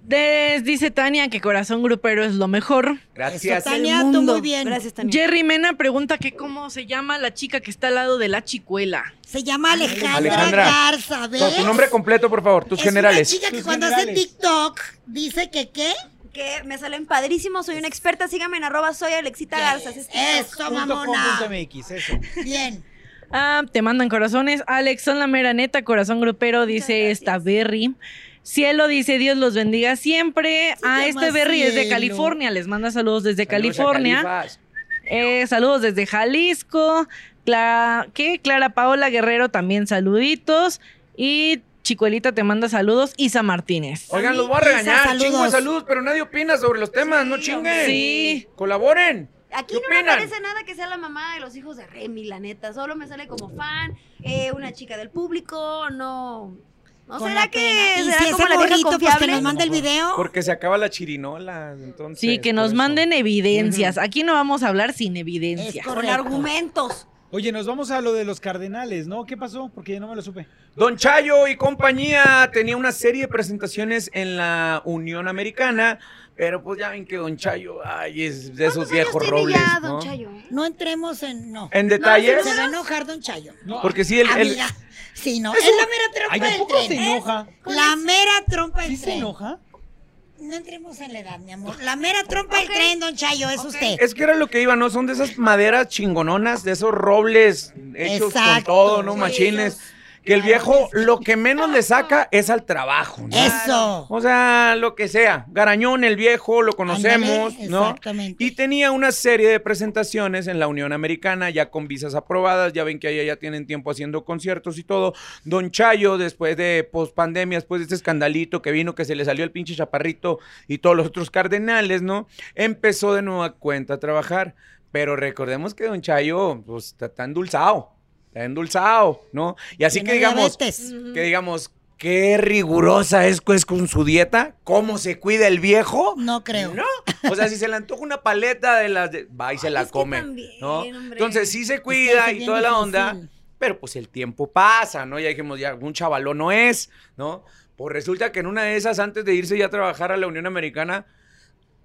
Speaker 5: des- dice Tania que corazón grupero es lo mejor.
Speaker 3: Gracias.
Speaker 1: Eso, Tania, tú
Speaker 4: Mundo.
Speaker 1: muy bien.
Speaker 4: Gracias, Tania.
Speaker 5: Jerry Mena pregunta que cómo se llama la chica que está al lado de la chicuela.
Speaker 1: Se llama Alejandra,
Speaker 3: Alejandra.
Speaker 1: Garza, ¿ves?
Speaker 3: Tu nombre completo, por favor, tus
Speaker 1: es
Speaker 3: generales.
Speaker 1: Una chica que
Speaker 2: Tus
Speaker 1: cuando
Speaker 2: generales.
Speaker 1: hace TikTok dice que qué.
Speaker 4: que me salen padrísimos, soy una experta, síganme en arroba, soy Alexita Garza. así es que-
Speaker 1: Eso,
Speaker 2: Punto com, punto
Speaker 1: mamona.
Speaker 2: MX, eso.
Speaker 1: Bien.
Speaker 5: Ah, te mandan corazones. Alex, son la mera neta, corazón grupero, dice
Speaker 4: gracias.
Speaker 5: esta Berry. Cielo dice Dios los bendiga siempre. ah,
Speaker 1: llama
Speaker 5: este Berry es de
Speaker 1: Cielo.
Speaker 5: California, les manda saludos desde
Speaker 3: Saludos a
Speaker 5: California.
Speaker 3: Califas.
Speaker 5: Eh, saludos desde Jalisco. Cla- ¿qué? Clara Paola Guerrero también saluditos. Y Chicuelita te manda saludos. Isa Martínez.
Speaker 3: Oigan, los voy a
Speaker 1: Isa,
Speaker 3: regañar, chingo de
Speaker 1: saludos.
Speaker 3: saludos, pero nadie opina sobre los temas, no
Speaker 4: Sí,
Speaker 3: chinguen.
Speaker 5: Sí.
Speaker 3: Colaboren. ¿Qué
Speaker 4: Aquí no me
Speaker 3: opinan?
Speaker 4: aparece nada que sea la mamá de los hijos de Remy, la neta. Solo me sale como fan, eh, una chica del público, no. ¿No
Speaker 1: con
Speaker 4: será
Speaker 1: la
Speaker 4: que
Speaker 1: pena. Y
Speaker 4: será
Speaker 1: si
Speaker 4: como
Speaker 1: ese
Speaker 4: la vieja
Speaker 1: gorrito, pues que
Speaker 4: confiable?
Speaker 1: nos manda el video.
Speaker 3: Porque se acaba la chirinola, entonces.
Speaker 5: Sí, que
Speaker 3: por
Speaker 5: nos
Speaker 3: eso.
Speaker 5: manden evidencias. Aquí no vamos a hablar sin evidencia.
Speaker 1: Es correcto.
Speaker 4: Con argumentos.
Speaker 2: Oye, nos vamos a lo de los cardenales, ¿no? ¿Qué pasó? Porque ya no me lo supe.
Speaker 3: Don Chayo y compañía tenía una serie de presentaciones en la Unión Americana, pero pues ya ven que Don Chayo, ay, es de esos
Speaker 4: ¿Cuántos años
Speaker 3: viejos
Speaker 4: tiene
Speaker 3: robles,
Speaker 4: ya, don
Speaker 3: ¿no?
Speaker 4: Chayo?
Speaker 1: No entremos en. No.
Speaker 3: En
Speaker 1: Se
Speaker 3: detalles,
Speaker 1: va a enojar Don Chayo.
Speaker 2: No,
Speaker 3: porque sí, ¿Eh? el, el-
Speaker 1: Amiga. Sí, no. Es, la mera
Speaker 2: ay,
Speaker 1: trompa
Speaker 2: ¿a
Speaker 1: del
Speaker 2: poco se
Speaker 1: tren. ¿Eh?
Speaker 2: enoja?
Speaker 1: La mera trompa
Speaker 2: ¿Sí
Speaker 1: del
Speaker 2: se
Speaker 1: tren.
Speaker 2: enoja?
Speaker 1: No entremos en la edad, mi amor. La mera trompa del tren, Don Chayo, es usted.
Speaker 3: es que era lo que iba, ¿no? Son de esas maderas chingononas, de esos robles hechos con
Speaker 1: Exacto.
Speaker 3: todo, ¿no?
Speaker 1: Sí,
Speaker 3: Machines. Que el viejo lo que menos le saca es al trabajo, ¿no?
Speaker 1: Eso.
Speaker 3: O sea, lo que sea. Garañón, el viejo, lo conocemos,
Speaker 1: Ándale,
Speaker 3: ¿no?
Speaker 1: Exactamente.
Speaker 3: Y tenía una serie de presentaciones en la Unión Americana, ya con visas aprobadas, ya ven que allá ya tienen tiempo haciendo conciertos y todo. Don Chayo, después de pospandemia, después de este escandalito que vino, que se le salió el pinche chaparrito y todos los otros cardenales, ¿no? Empezó de nueva cuenta a trabajar. Pero recordemos que Don Chayo, pues, está, está endulzado, está endulzado, ¿no? Y así
Speaker 1: Tiene
Speaker 3: que digamos,
Speaker 1: diabetes.
Speaker 3: que digamos, qué rigurosa es, es con su dieta, cómo se cuida el viejo.
Speaker 1: No creo.
Speaker 3: No. O sea, si se le antoja una paleta de las de- va y se la
Speaker 4: Es que
Speaker 3: come.
Speaker 4: también,
Speaker 3: ¿no?
Speaker 4: hombre.
Speaker 3: Entonces sí se
Speaker 1: Es
Speaker 3: cuida
Speaker 1: que es
Speaker 3: y
Speaker 1: bien
Speaker 3: toda la onda,
Speaker 1: difícil.
Speaker 3: pero pues el tiempo pasa, ¿no? Ya dijimos, ya un chavalón no es, ¿no? Pues resulta que en una de esas, antes de irse ya a trabajar a la Unión Americana,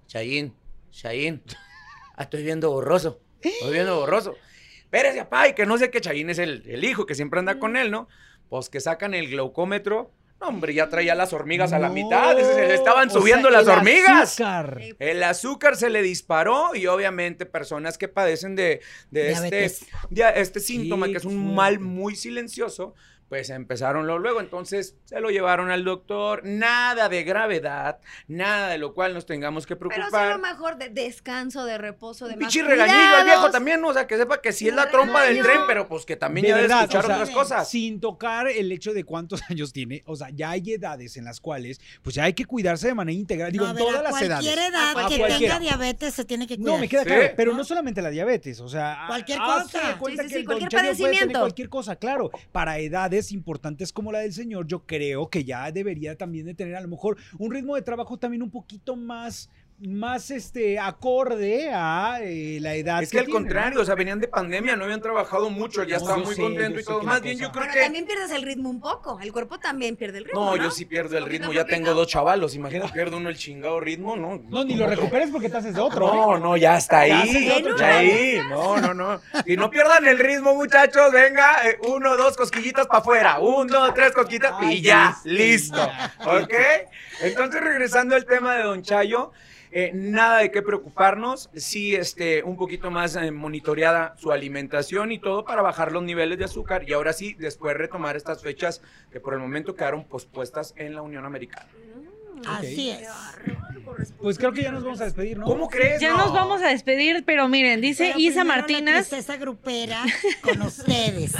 Speaker 3: Chayín, Chayín, ah, estoy viendo borroso, estoy viendo borroso. Espérese, papá, y que no sé qué Chayín es el, el hijo que siempre anda con él, ¿no? Pues que sacan el glaucómetro. No, hombre, ya traía las hormigas a la
Speaker 2: No.
Speaker 3: mitad. Se le estaban
Speaker 2: O sea,
Speaker 3: subiendo
Speaker 2: el
Speaker 3: las hormigas.
Speaker 2: azúcar.
Speaker 3: El azúcar se le disparó y obviamente personas que padecen de, de este,
Speaker 1: Diabetes.
Speaker 3: de este síntoma,
Speaker 2: Sí,
Speaker 3: que es
Speaker 2: qué
Speaker 3: un
Speaker 2: fuerte.
Speaker 3: mal muy silencioso, pues empezaron lo- luego. Entonces se lo llevaron al doctor, nada de gravedad, nada de lo cual nos tengamos que
Speaker 4: Pero sí, a lo
Speaker 3: preocupar.
Speaker 4: mejor de descanso, de reposo, de
Speaker 3: Un
Speaker 4: más
Speaker 3: pinche regañillo al viejo
Speaker 4: cuidados.
Speaker 3: también, ¿no? o sea, que sepa que sí es la
Speaker 4: Un
Speaker 3: trompa del
Speaker 4: regaño.
Speaker 3: tren, pero pues que también ya debe
Speaker 2: verdad,
Speaker 3: escuchar
Speaker 2: o sea,
Speaker 3: otras cosas.
Speaker 2: Sin tocar el hecho de cuántos años tiene, o sea, ya hay edades en las cuales, pues ya hay que cuidarse de manera integral, Ah, digo,
Speaker 1: No, a
Speaker 2: en
Speaker 1: ver,
Speaker 2: todas
Speaker 1: a
Speaker 2: las edades.
Speaker 1: cualquier edad
Speaker 2: A
Speaker 1: que
Speaker 2: cualquiera.
Speaker 1: tenga diabetes se tiene que cuidar.
Speaker 2: No, me queda
Speaker 3: Sí.
Speaker 2: claro, pero no solamente la diabetes, o sea,
Speaker 1: Cualquier
Speaker 2: hazte de
Speaker 1: cosa.
Speaker 2: cuenta
Speaker 4: Sí,
Speaker 2: que
Speaker 4: sí, sí,
Speaker 2: el don
Speaker 4: cualquier
Speaker 2: Chayo puede tener
Speaker 4: padecimiento.
Speaker 2: Cualquier cosa, claro. Para edades importantes como la del señor, yo creo que ya debería también de tener a lo mejor un ritmo de trabajo también un poquito más, más este, acorde a eh, la edad.
Speaker 3: Es que al
Speaker 2: tiene, ¿no?
Speaker 3: contrario, o sea, venían de pandemia, no habían trabajado mucho, ya
Speaker 2: No,
Speaker 3: estaban
Speaker 2: yo
Speaker 3: muy
Speaker 2: sé,
Speaker 3: contentos
Speaker 2: yo
Speaker 3: y
Speaker 2: sé
Speaker 3: todo.
Speaker 2: que
Speaker 3: Más
Speaker 2: la
Speaker 3: bien, yo
Speaker 2: cosa-
Speaker 3: creo
Speaker 4: Pero
Speaker 3: que
Speaker 4: también pierdes el ritmo un poco. El cuerpo también pierde el ritmo.
Speaker 3: No,
Speaker 4: No,
Speaker 3: yo sí pierdo el ritmo.
Speaker 4: no
Speaker 3: Ya
Speaker 4: creo que
Speaker 3: tengo
Speaker 4: no.
Speaker 3: dos chavalos. Imagina, pierdo uno el chingado ritmo, ¿no?
Speaker 2: No, ni lo recuperes porque te haces de otro.
Speaker 3: No, no, ya está
Speaker 2: Ya
Speaker 3: ahí.
Speaker 2: haces
Speaker 4: otro
Speaker 3: Ya ahí. No, no, no. Y no pierdan el ritmo, muchachos. Venga, eh, uno, dos cosquillitas para afuera. Uno, dos, tres cosquillitas
Speaker 2: Ay,
Speaker 3: y ya,
Speaker 2: este,
Speaker 3: listo.
Speaker 2: ya.
Speaker 3: ¿Ok? Entonces, regresando al tema de Don Chayo. eh, nada de qué preocuparnos, sí, este, un poquito más eh, monitoreada su alimentación y todo para bajar los niveles de azúcar y ahora sí, después retomar estas fechas que por el momento quedaron pospuestas en la Unión Americana.
Speaker 1: Así es.
Speaker 2: Pues creo que ya nos vamos a despedir, ¿no?
Speaker 3: ¿Cómo crees?
Speaker 5: Ya nos vamos a despedir, pero miren, dice
Speaker 1: Pero pues,
Speaker 5: Isa
Speaker 1: primero La
Speaker 5: Martínez.
Speaker 1: tristeza grupera con ustedes.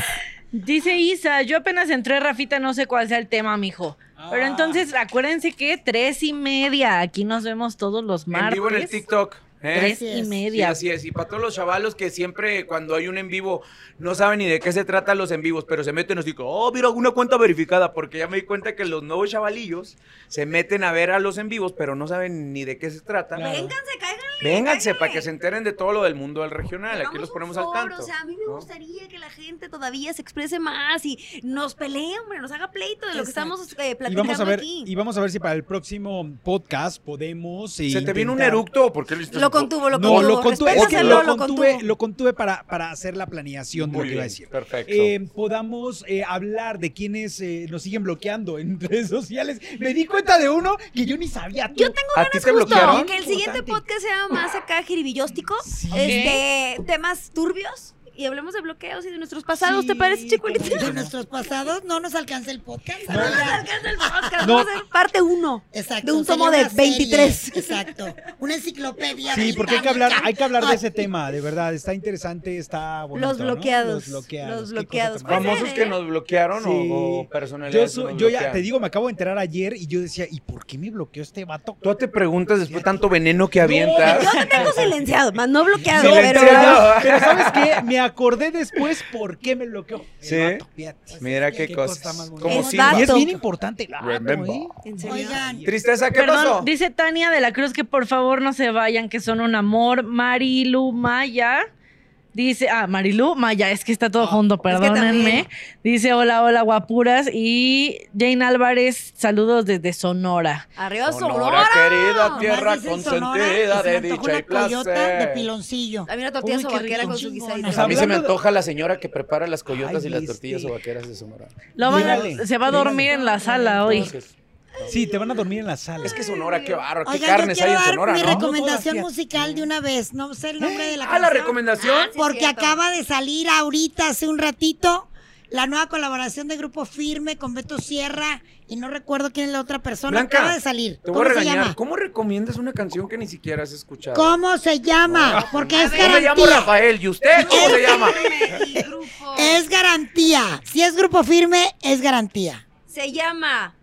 Speaker 5: Dice Isa, yo apenas entré, Rafita, no sé cuál sea el tema, mijo. Pero
Speaker 2: Ah.
Speaker 5: entonces, acuérdense que tres y media, aquí nos vemos todos los martes.
Speaker 3: En vivo en el TikTok. ¿eh?
Speaker 5: Tres
Speaker 1: Así
Speaker 5: y
Speaker 1: es.
Speaker 3: Sí,
Speaker 5: media.
Speaker 3: así es. Y para todos los chavalos que siempre cuando hay un en vivo no saben ni de qué se trata los en vivos, pero se meten y nos digo, oh, mira, una cuenta verificada, porque ya me di cuenta que los nuevos chavalillos se meten a ver a los en vivos, pero no saben ni de qué se trata.
Speaker 2: Claro.
Speaker 4: Vénganse, cáiganle.
Speaker 3: Vénganse
Speaker 4: cáiganle.
Speaker 3: para que se enteren de todo lo del mundo del regional. Aquí
Speaker 4: Hagamos
Speaker 3: los
Speaker 4: un
Speaker 3: ponemos al
Speaker 4: foro,
Speaker 3: tanto.
Speaker 4: O sea, a mí me
Speaker 3: ¿no?
Speaker 4: gustaría que la gente todavía se exprese más y nos pelee, hombre, nos haga pleito de lo que
Speaker 1: Exacto.
Speaker 4: estamos eh,
Speaker 2: Y
Speaker 4: platicando
Speaker 2: vamos a ver,
Speaker 4: aquí.
Speaker 2: y vamos a ver si para el próximo podcast podemos. eh,
Speaker 3: Se te vino un
Speaker 2: intentar-
Speaker 3: eructo, porque
Speaker 4: Lo contuvo, lo
Speaker 2: No,
Speaker 4: contuvo.
Speaker 2: lo contuve, es que
Speaker 4: Respétaselo,
Speaker 2: lo
Speaker 4: lo
Speaker 2: contuve,
Speaker 4: contuvo.
Speaker 2: lo contuve para, para hacer la planeación de
Speaker 3: Muy
Speaker 2: lo que iba a
Speaker 3: bien,
Speaker 2: decir.
Speaker 3: Perfecto.
Speaker 2: Eh, podamos eh, hablar de quienes eh, nos siguen bloqueando en redes sociales. Me di cuenta de uno que yo ni sabía. Tú.
Speaker 4: Yo
Speaker 3: ¿A ti te
Speaker 4: Justo,
Speaker 3: bloquearon?
Speaker 4: que el siguiente
Speaker 2: Importante.
Speaker 4: podcast sea más acá jiribillóstico,
Speaker 2: Sí.
Speaker 4: este, temas turbios y hablemos de bloqueos y de nuestros pasados,
Speaker 2: Sí,
Speaker 4: ¿te parece, Chicuelita?
Speaker 2: cómo
Speaker 1: De nuestros pasados no nos alcanza el podcast.
Speaker 4: No nos
Speaker 1: ¿verdad?
Speaker 4: alcanza el podcast,
Speaker 2: No.
Speaker 4: vamos a hacer parte uno.
Speaker 1: Exacto.
Speaker 4: De un
Speaker 1: sería
Speaker 4: tomo de
Speaker 1: una serie,
Speaker 4: 23.
Speaker 1: exacto. Una enciclopedia.
Speaker 2: Sí, porque hay que hablar,
Speaker 1: británica.
Speaker 2: hay que hablar de ese tema, de verdad. Está interesante, está bonito.
Speaker 4: Los
Speaker 2: ¿no?
Speaker 4: bloqueados,
Speaker 2: Los bloqueados.
Speaker 4: los
Speaker 2: qué cosa tan
Speaker 4: bloqueados.
Speaker 2: mala.
Speaker 4: Vamos
Speaker 3: Famosos que nos bloquearon o-
Speaker 2: Pues Sí.
Speaker 3: o,
Speaker 2: Yo,
Speaker 3: personalidades. que
Speaker 2: su-
Speaker 3: nos
Speaker 2: yo ya
Speaker 3: bloquearon.
Speaker 2: te digo, me acabo de enterar ayer y yo decía, ¿y por qué me bloqueó este vato?
Speaker 3: Tú te preguntas después tanto veneno que avientas.
Speaker 4: Yo te tengo silenciado, más no bloqueado,
Speaker 2: No, pero,
Speaker 4: pero...
Speaker 3: Silenciado.
Speaker 2: pero ¿sabes qué? Me acordé después por qué me bloqueó. el
Speaker 3: Sí.
Speaker 2: vato, fíjate.
Speaker 3: Mira qué,
Speaker 2: Qué
Speaker 3: cosas.
Speaker 2: cosa más bonita.
Speaker 3: Como
Speaker 4: Es
Speaker 3: Simba.
Speaker 4: vato.
Speaker 2: Y es bien importante el vato,
Speaker 3: Remember.
Speaker 2: ¿eh?
Speaker 4: ¿En serio?
Speaker 1: Oigan,
Speaker 3: Tristeza, ¿qué
Speaker 5: Perdón,
Speaker 3: pasó?
Speaker 5: dice Tania de la Cruz que por favor no se vayan, que son un amor. Marilu Maya Dice, ah, Marilu Maya, es que está todo junto,
Speaker 4: es que
Speaker 5: perdónenme.
Speaker 4: también.
Speaker 5: Dice, hola, hola, guapuras. Y Jane Álvarez, saludos desde Sonora.
Speaker 4: Arriba
Speaker 6: Sonora,
Speaker 4: Sonora.
Speaker 6: querida tía. Tierra
Speaker 1: Nomás dicen
Speaker 6: consentida
Speaker 1: Sonora y se me
Speaker 6: de
Speaker 1: antoja
Speaker 6: dicha y
Speaker 1: una coyota
Speaker 6: placer.
Speaker 1: de piloncillo.
Speaker 4: También una tortilla
Speaker 1: Uy, qué
Speaker 4: sobaquera
Speaker 1: rico,
Speaker 4: con su
Speaker 1: chingona.
Speaker 4: guisadito.
Speaker 2: A
Speaker 3: A mí se me
Speaker 2: Hablando de-
Speaker 3: antoja la señora que prepara las coyotas
Speaker 2: Ay,
Speaker 3: y las
Speaker 2: este.
Speaker 3: tortillas sobaqueras de Sonora.
Speaker 5: Lo van a-
Speaker 2: Dígale,
Speaker 5: se va a dormir en la sala hoy.
Speaker 3: Entonces,
Speaker 2: Sí, te van a dormir en la sala.
Speaker 3: es que Sonora, qué barro, qué
Speaker 1: Oigan, yo
Speaker 3: carnes hay
Speaker 1: quiero
Speaker 3: en
Speaker 1: dar
Speaker 3: Sonora,
Speaker 1: mi
Speaker 3: ¿no?
Speaker 1: recomendación
Speaker 2: No todas,
Speaker 1: musical de una vez. No sé el nombre de la
Speaker 6: Ah, la
Speaker 1: canción,
Speaker 6: recomendación.
Speaker 1: Porque
Speaker 4: cierto.
Speaker 1: acaba de salir ahorita, hace un ratito, la nueva colaboración de Grupo Firme con Beto Sierra y no recuerdo quién es la otra persona.
Speaker 6: Blanca,
Speaker 1: acaba de salir.
Speaker 3: Te
Speaker 1: ¿Cómo
Speaker 3: voy a
Speaker 1: se llama?
Speaker 3: regañar. ¿Cómo recomiendas una canción que ni siquiera has escuchado?
Speaker 1: ¿Cómo se llama? Porque es
Speaker 4: Yo
Speaker 6: Yo me llamo
Speaker 1: garantía.
Speaker 6: Rafael. ¿Y usted cómo se llama?
Speaker 4: Y grupo.
Speaker 1: Es garantía. Si es Grupo Firme, es garantía.
Speaker 4: Se llama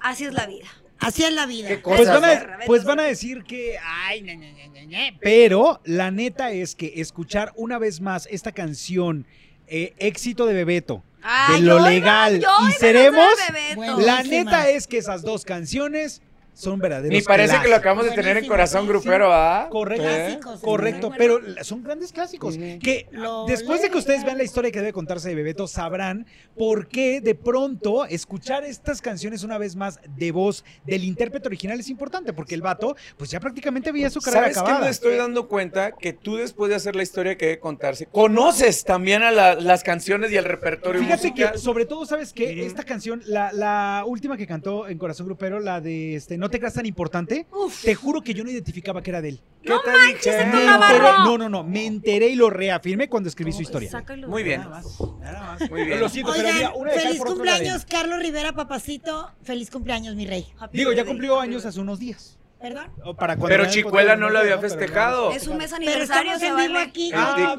Speaker 4: Así es la vida.
Speaker 1: Así es la vida.
Speaker 3: ¿Qué
Speaker 2: Pues
Speaker 3: cosas?
Speaker 2: van,
Speaker 3: no?
Speaker 2: a, pues van a decir que, ay, ña, ña, ña, ña, ña, pero la neta es que escuchar una vez más esta canción, eh, éxito de Bebeto,
Speaker 4: Ay,
Speaker 2: de lo
Speaker 4: oigan,
Speaker 2: legal,
Speaker 4: Ah, yo oigan,
Speaker 2: y seremos,
Speaker 4: no se me ve todo.
Speaker 1: Bueno.
Speaker 2: la
Speaker 1: Buenísima.
Speaker 2: neta es que esas dos canciones son verdaderos.
Speaker 3: Ni parece que lo
Speaker 2: clásicos.
Speaker 3: acabamos de tener en
Speaker 1: Buenísimo,
Speaker 3: corazón
Speaker 1: buenísimo.
Speaker 3: grupero, ¿ah?
Speaker 2: Correcto,
Speaker 1: Clásicos,
Speaker 2: ¿Eh? correcto,
Speaker 1: sí.
Speaker 2: pero la- son grandes clásicos.
Speaker 3: Ujú.
Speaker 2: Que
Speaker 1: Lo
Speaker 2: después de que ustedes
Speaker 1: legal.
Speaker 2: vean la historia que debe contarse de Bebeto, sabrán por qué de pronto escuchar estas canciones una vez más de voz del intérprete original es importante, porque el vato, pues ya prácticamente veía su carrera
Speaker 3: ¿Sabes qué
Speaker 2: acabada.
Speaker 3: me estoy dando cuenta? Que tú después de hacer la historia que debe contarse, conoces también a la- las canciones y el repertorio
Speaker 2: Fíjate
Speaker 3: musical.
Speaker 2: que, sobre todo, ¿sabes qué?
Speaker 3: Ujú.
Speaker 2: Esta canción, la, la última que cantó en Corazón Grupero, la de este, No te creas tan importante, te juro que yo no identificaba que era de él.
Speaker 3: ¿Qué no manches,
Speaker 2: Me
Speaker 4: Héctor Navarro.
Speaker 2: enteré- no, no, no, me enteré y lo reafirmé cuando escribí su historia.
Speaker 4: Sácalo.
Speaker 3: Muy bien.
Speaker 2: Nada más, nada más.
Speaker 3: Muy bien.
Speaker 2: Lo siento, pero
Speaker 1: Oigan,
Speaker 2: había una de cal
Speaker 1: feliz
Speaker 2: por otro lado de él.
Speaker 1: cumpleaños, Carlos Rivera, papacito. Feliz cumpleaños, mi rey.
Speaker 4: Happy
Speaker 2: Digo, ya
Speaker 4: birthday.
Speaker 2: cumplió años hace unos días.
Speaker 1: ¿Perdón?
Speaker 2: O para cuando
Speaker 3: Pero
Speaker 2: vean el
Speaker 3: Chicuela
Speaker 2: podcast,
Speaker 3: no lo había
Speaker 2: Pero no lo
Speaker 3: festejado.
Speaker 4: Es un mes
Speaker 1: Pero
Speaker 4: aniversario,
Speaker 1: estamos
Speaker 4: se
Speaker 1: en
Speaker 4: vale.
Speaker 1: vivo aquí.
Speaker 3: El
Speaker 1: Ah,
Speaker 3: TikTok,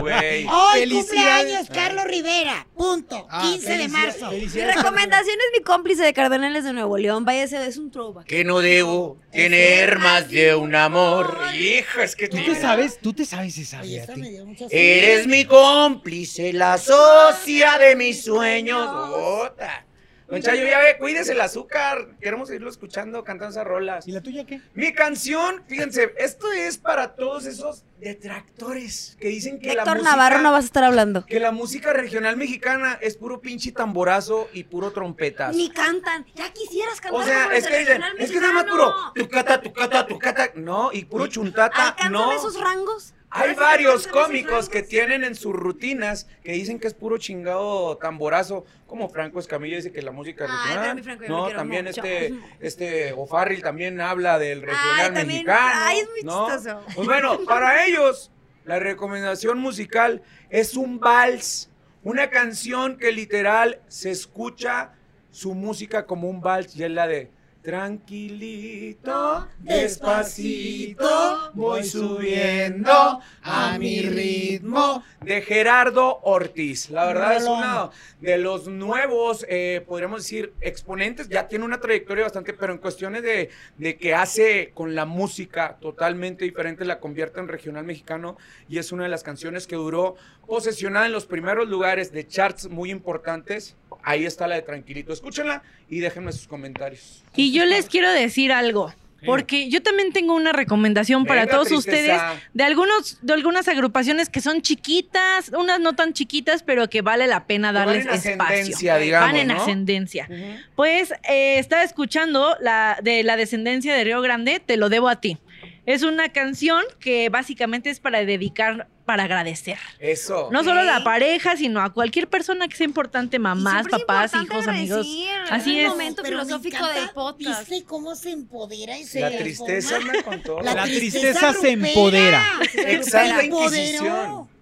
Speaker 1: cumpleaños.
Speaker 4: pues,
Speaker 3: güey.
Speaker 1: Hoy
Speaker 2: Felicidades.
Speaker 1: cumpleaños, Carlos Rivera. Punto.
Speaker 2: Ah,
Speaker 1: 15 de
Speaker 2: felicidades,
Speaker 1: marzo.
Speaker 4: Mi
Speaker 2: felicidades.
Speaker 4: recomendación es mi cómplice de Cardenales de Nuevo León. Váyase, es un throwback.
Speaker 3: Que no debo tener más de un amor. Hijo, es que
Speaker 2: ¿Tú te
Speaker 3: tienes-
Speaker 2: sabes? ¿Tú te sabes esa,
Speaker 1: Oye, esta
Speaker 2: Beatriz?
Speaker 1: me dio mucha
Speaker 3: Eres
Speaker 1: sed.
Speaker 3: mi cómplice, la socia de mis sueños. Bota. Don Chayo, ya ve, cuídese el azúcar. Queremos seguirlo escuchando, cantando esas rolas.
Speaker 2: ¿Y la tuya qué?
Speaker 3: Mi canción, fíjense, esto es para todos esos detractores que dicen que la
Speaker 4: Héctor
Speaker 3: música-
Speaker 4: Navarro no vas a estar hablando.
Speaker 3: que la música regional mexicana es puro pinche tamborazo y puro trompetas.
Speaker 4: Ni cantan. Ya quisieras cantar
Speaker 3: O sea,
Speaker 4: como el
Speaker 3: es que dicen,
Speaker 4: tradicional
Speaker 3: es que nada más puro
Speaker 4: mexicano.
Speaker 3: tucata, tucata, tucata, no, y puro chuntata,
Speaker 4: Alcánzame
Speaker 3: no.
Speaker 4: esos rangos.
Speaker 3: Hay
Speaker 4: Alcánzame
Speaker 3: varios
Speaker 4: esos
Speaker 3: cómicos que
Speaker 4: rangos.
Speaker 3: tienen en sus rutinas que dicen que es puro chingado tamborazo, como Franco Escamilla dice que la música
Speaker 4: Ay,
Speaker 3: regional.
Speaker 4: pero mi Franco, yo lo
Speaker 3: no,
Speaker 4: quiero
Speaker 3: también
Speaker 4: mucho.
Speaker 3: este este O'Farrill también habla del regional
Speaker 4: Ay, también-
Speaker 3: mexicano.
Speaker 4: ay, es muy
Speaker 3: ¿no?
Speaker 4: chistoso.
Speaker 3: Pues bueno, para ellos la recomendación musical es un vals, una canción que literal se escucha su música como un vals y es la de Tranquilito, despacito, voy subiendo a mi ritmo de Gerardo Ortiz. La verdad es uno de los nuevos, eh, podríamos decir, exponentes. Ya tiene una trayectoria bastante, pero en cuestiones de, de que hace con la música totalmente diferente, la convierte en regional mexicano y es una de las canciones que duró posesionada en los primeros lugares de charts muy importantes. Ahí está la de Tranquilito. Escúchenla y déjenme sus comentarios.
Speaker 5: Y yo les quiero decir algo, porque yo también tengo una recomendación para
Speaker 3: Venga,
Speaker 5: todos ustedes
Speaker 3: tristeza.
Speaker 5: de algunos de algunas agrupaciones que son chiquitas, unas no tan chiquitas, pero que vale la pena
Speaker 3: Que van
Speaker 5: darles
Speaker 3: en
Speaker 5: espacio.
Speaker 3: ascendencia, digamos,
Speaker 5: van en
Speaker 3: ¿no?
Speaker 5: ascendencia.
Speaker 3: Ujú.
Speaker 5: Pues eh, estaba escuchando la de la descendencia de Río Grande, te lo debo a ti. Es una canción que básicamente es para dedicar, para agradecer.
Speaker 3: Eso.
Speaker 5: No solo a la
Speaker 4: Ok.
Speaker 5: pareja, sino a cualquier persona que sea importante,
Speaker 4: Y
Speaker 5: mamás,
Speaker 4: siempre es
Speaker 5: papás,
Speaker 4: importante
Speaker 5: hijos, amigos.
Speaker 4: agradecer.
Speaker 5: Así
Speaker 4: el
Speaker 5: es.
Speaker 4: momento
Speaker 1: Pero me
Speaker 4: filosófico
Speaker 1: encanta,
Speaker 4: del podcast.
Speaker 1: ¿Viste cómo se empodera y se
Speaker 3: la
Speaker 1: transforma?
Speaker 3: tristeza anda con todo.
Speaker 2: La tristeza se
Speaker 1: grupera.
Speaker 2: empodera.
Speaker 3: Exacta
Speaker 1: Se empoderó.
Speaker 3: Inquisición. ¿no?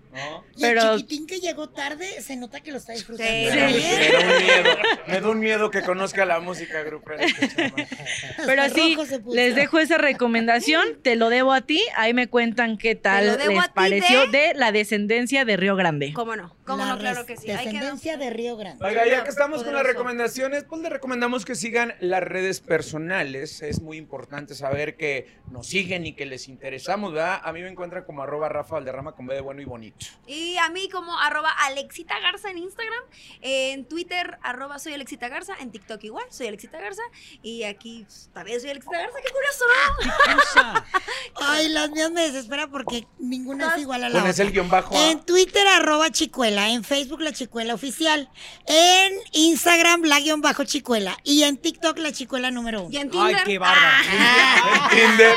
Speaker 1: Y el
Speaker 5: Pero-
Speaker 1: chiquitín que llegó tarde se nota que lo está disfrutando. ¿Eh?
Speaker 4: Sí.
Speaker 3: Me da-
Speaker 1: Bien.
Speaker 3: me da un miedo. Me da un miedo que conozca la música grupera.
Speaker 5: Pero
Speaker 1: Hasta
Speaker 5: sí,
Speaker 1: rojo se puso.
Speaker 5: les dejo esa recomendación, te lo debo a ti, ahí me cuentan qué
Speaker 4: Te
Speaker 5: tal
Speaker 4: lo debo a
Speaker 5: les
Speaker 4: ti
Speaker 5: pareció de... la descendencia de Río Grande.
Speaker 4: ¿Cómo no? ¿Cómo
Speaker 1: La
Speaker 4: no? Claro que sí. Ahí quedó.
Speaker 1: Descendencia de Río Grande.
Speaker 3: Oiga, ya que estamos con las
Speaker 4: Poderoso.
Speaker 3: recomendaciones, pues le recomendamos que sigan las redes personales. Es muy importante saber que nos siguen y que les interesamos, ¿verdad? A mí me encuentran como arroba Rafa Valderrama con B de bueno y bonito.
Speaker 2: mucho.
Speaker 4: Y a mí como arroba Alexita Garza en Instagram, en Twitter arroba soy Alexita Garza, en TikTok igual, soy Alexita Garza, y aquí pues, también soy Alexita Garza, qué curioso, ¿no?
Speaker 1: Ay, las mías me desespera porque ninguna es igual a la
Speaker 3: Pones
Speaker 1: otra.
Speaker 3: el guión bajo. a-
Speaker 1: En Twitter, arroba chicuela. En Facebook, la chicuela oficial. En Instagram, la guión bajo chicuela. Y en TikTok, la chicuela número
Speaker 4: Y
Speaker 1: uno.
Speaker 2: Ay,
Speaker 4: en Tinder,
Speaker 2: qué bárbaro.
Speaker 3: En Tinder.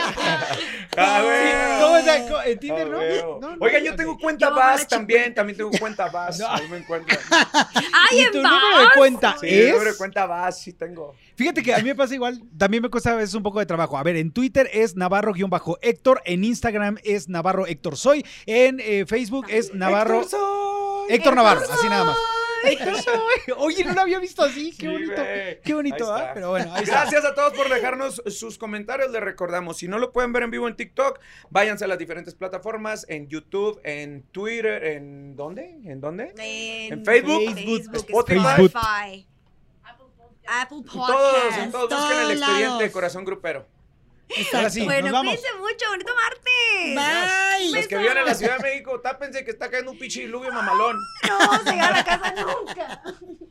Speaker 3: A ver.
Speaker 2: ¿Cómo está? ¿Cómo- en Tinder,
Speaker 3: A
Speaker 2: no?
Speaker 3: Oh, huevo.
Speaker 2: No, no,
Speaker 3: Oiga,
Speaker 2: ok.
Speaker 3: yo tengo cuenta
Speaker 4: Yo voy a
Speaker 3: Bass
Speaker 4: la
Speaker 3: también, también tengo cuenta Bass. Ahí me encuentro.
Speaker 4: ah, ay,
Speaker 2: ¿Y
Speaker 4: en
Speaker 2: tu
Speaker 4: Bumble.
Speaker 2: número de cuenta
Speaker 3: Sí,
Speaker 2: es?
Speaker 3: el número de cuenta Bass sí tengo.
Speaker 2: Fíjate que a mí me pasa igual, también me cuesta a veces un poco de trabajo. A ver, en Twitter es Navarro-Héctor, en Instagram es Navarro Héctor Soy, en eh, Facebook es Navarro Eh,
Speaker 3: Héctor soy.
Speaker 2: Héctor Navarro, así nada más. Héctor Soy. Oye, no lo había visto así, qué
Speaker 3: Sí,
Speaker 2: bonito.
Speaker 3: güey.
Speaker 2: Qué
Speaker 3: Ahí está.
Speaker 2: bonito, ¿ah? Pero bueno, ahí está.
Speaker 3: Gracias a todos por dejarnos sus comentarios. Les recordamos, si no lo pueden ver en vivo en TikTok, váyanse a las diferentes plataformas, en YouTube, en Twitter, en ¿dónde? ¿En dónde?
Speaker 4: En,
Speaker 3: En Facebook,
Speaker 4: Facebook,
Speaker 3: Spotify,
Speaker 4: Spotify, Apple
Speaker 3: En todos,
Speaker 4: Podcasts.
Speaker 3: en todos busquen el
Speaker 1: Todos
Speaker 3: expediente
Speaker 1: lados.
Speaker 3: Corazón Grupero.
Speaker 2: Ahora sí, nos
Speaker 4: bueno,
Speaker 2: vamos.
Speaker 4: cuídense mucho, bonito martes.
Speaker 1: Bye.
Speaker 3: Los que viven en la Ciudad de México, tápense que está cayendo un pinche diluvio mamalón.
Speaker 4: No vamos a llegar a la casa nunca.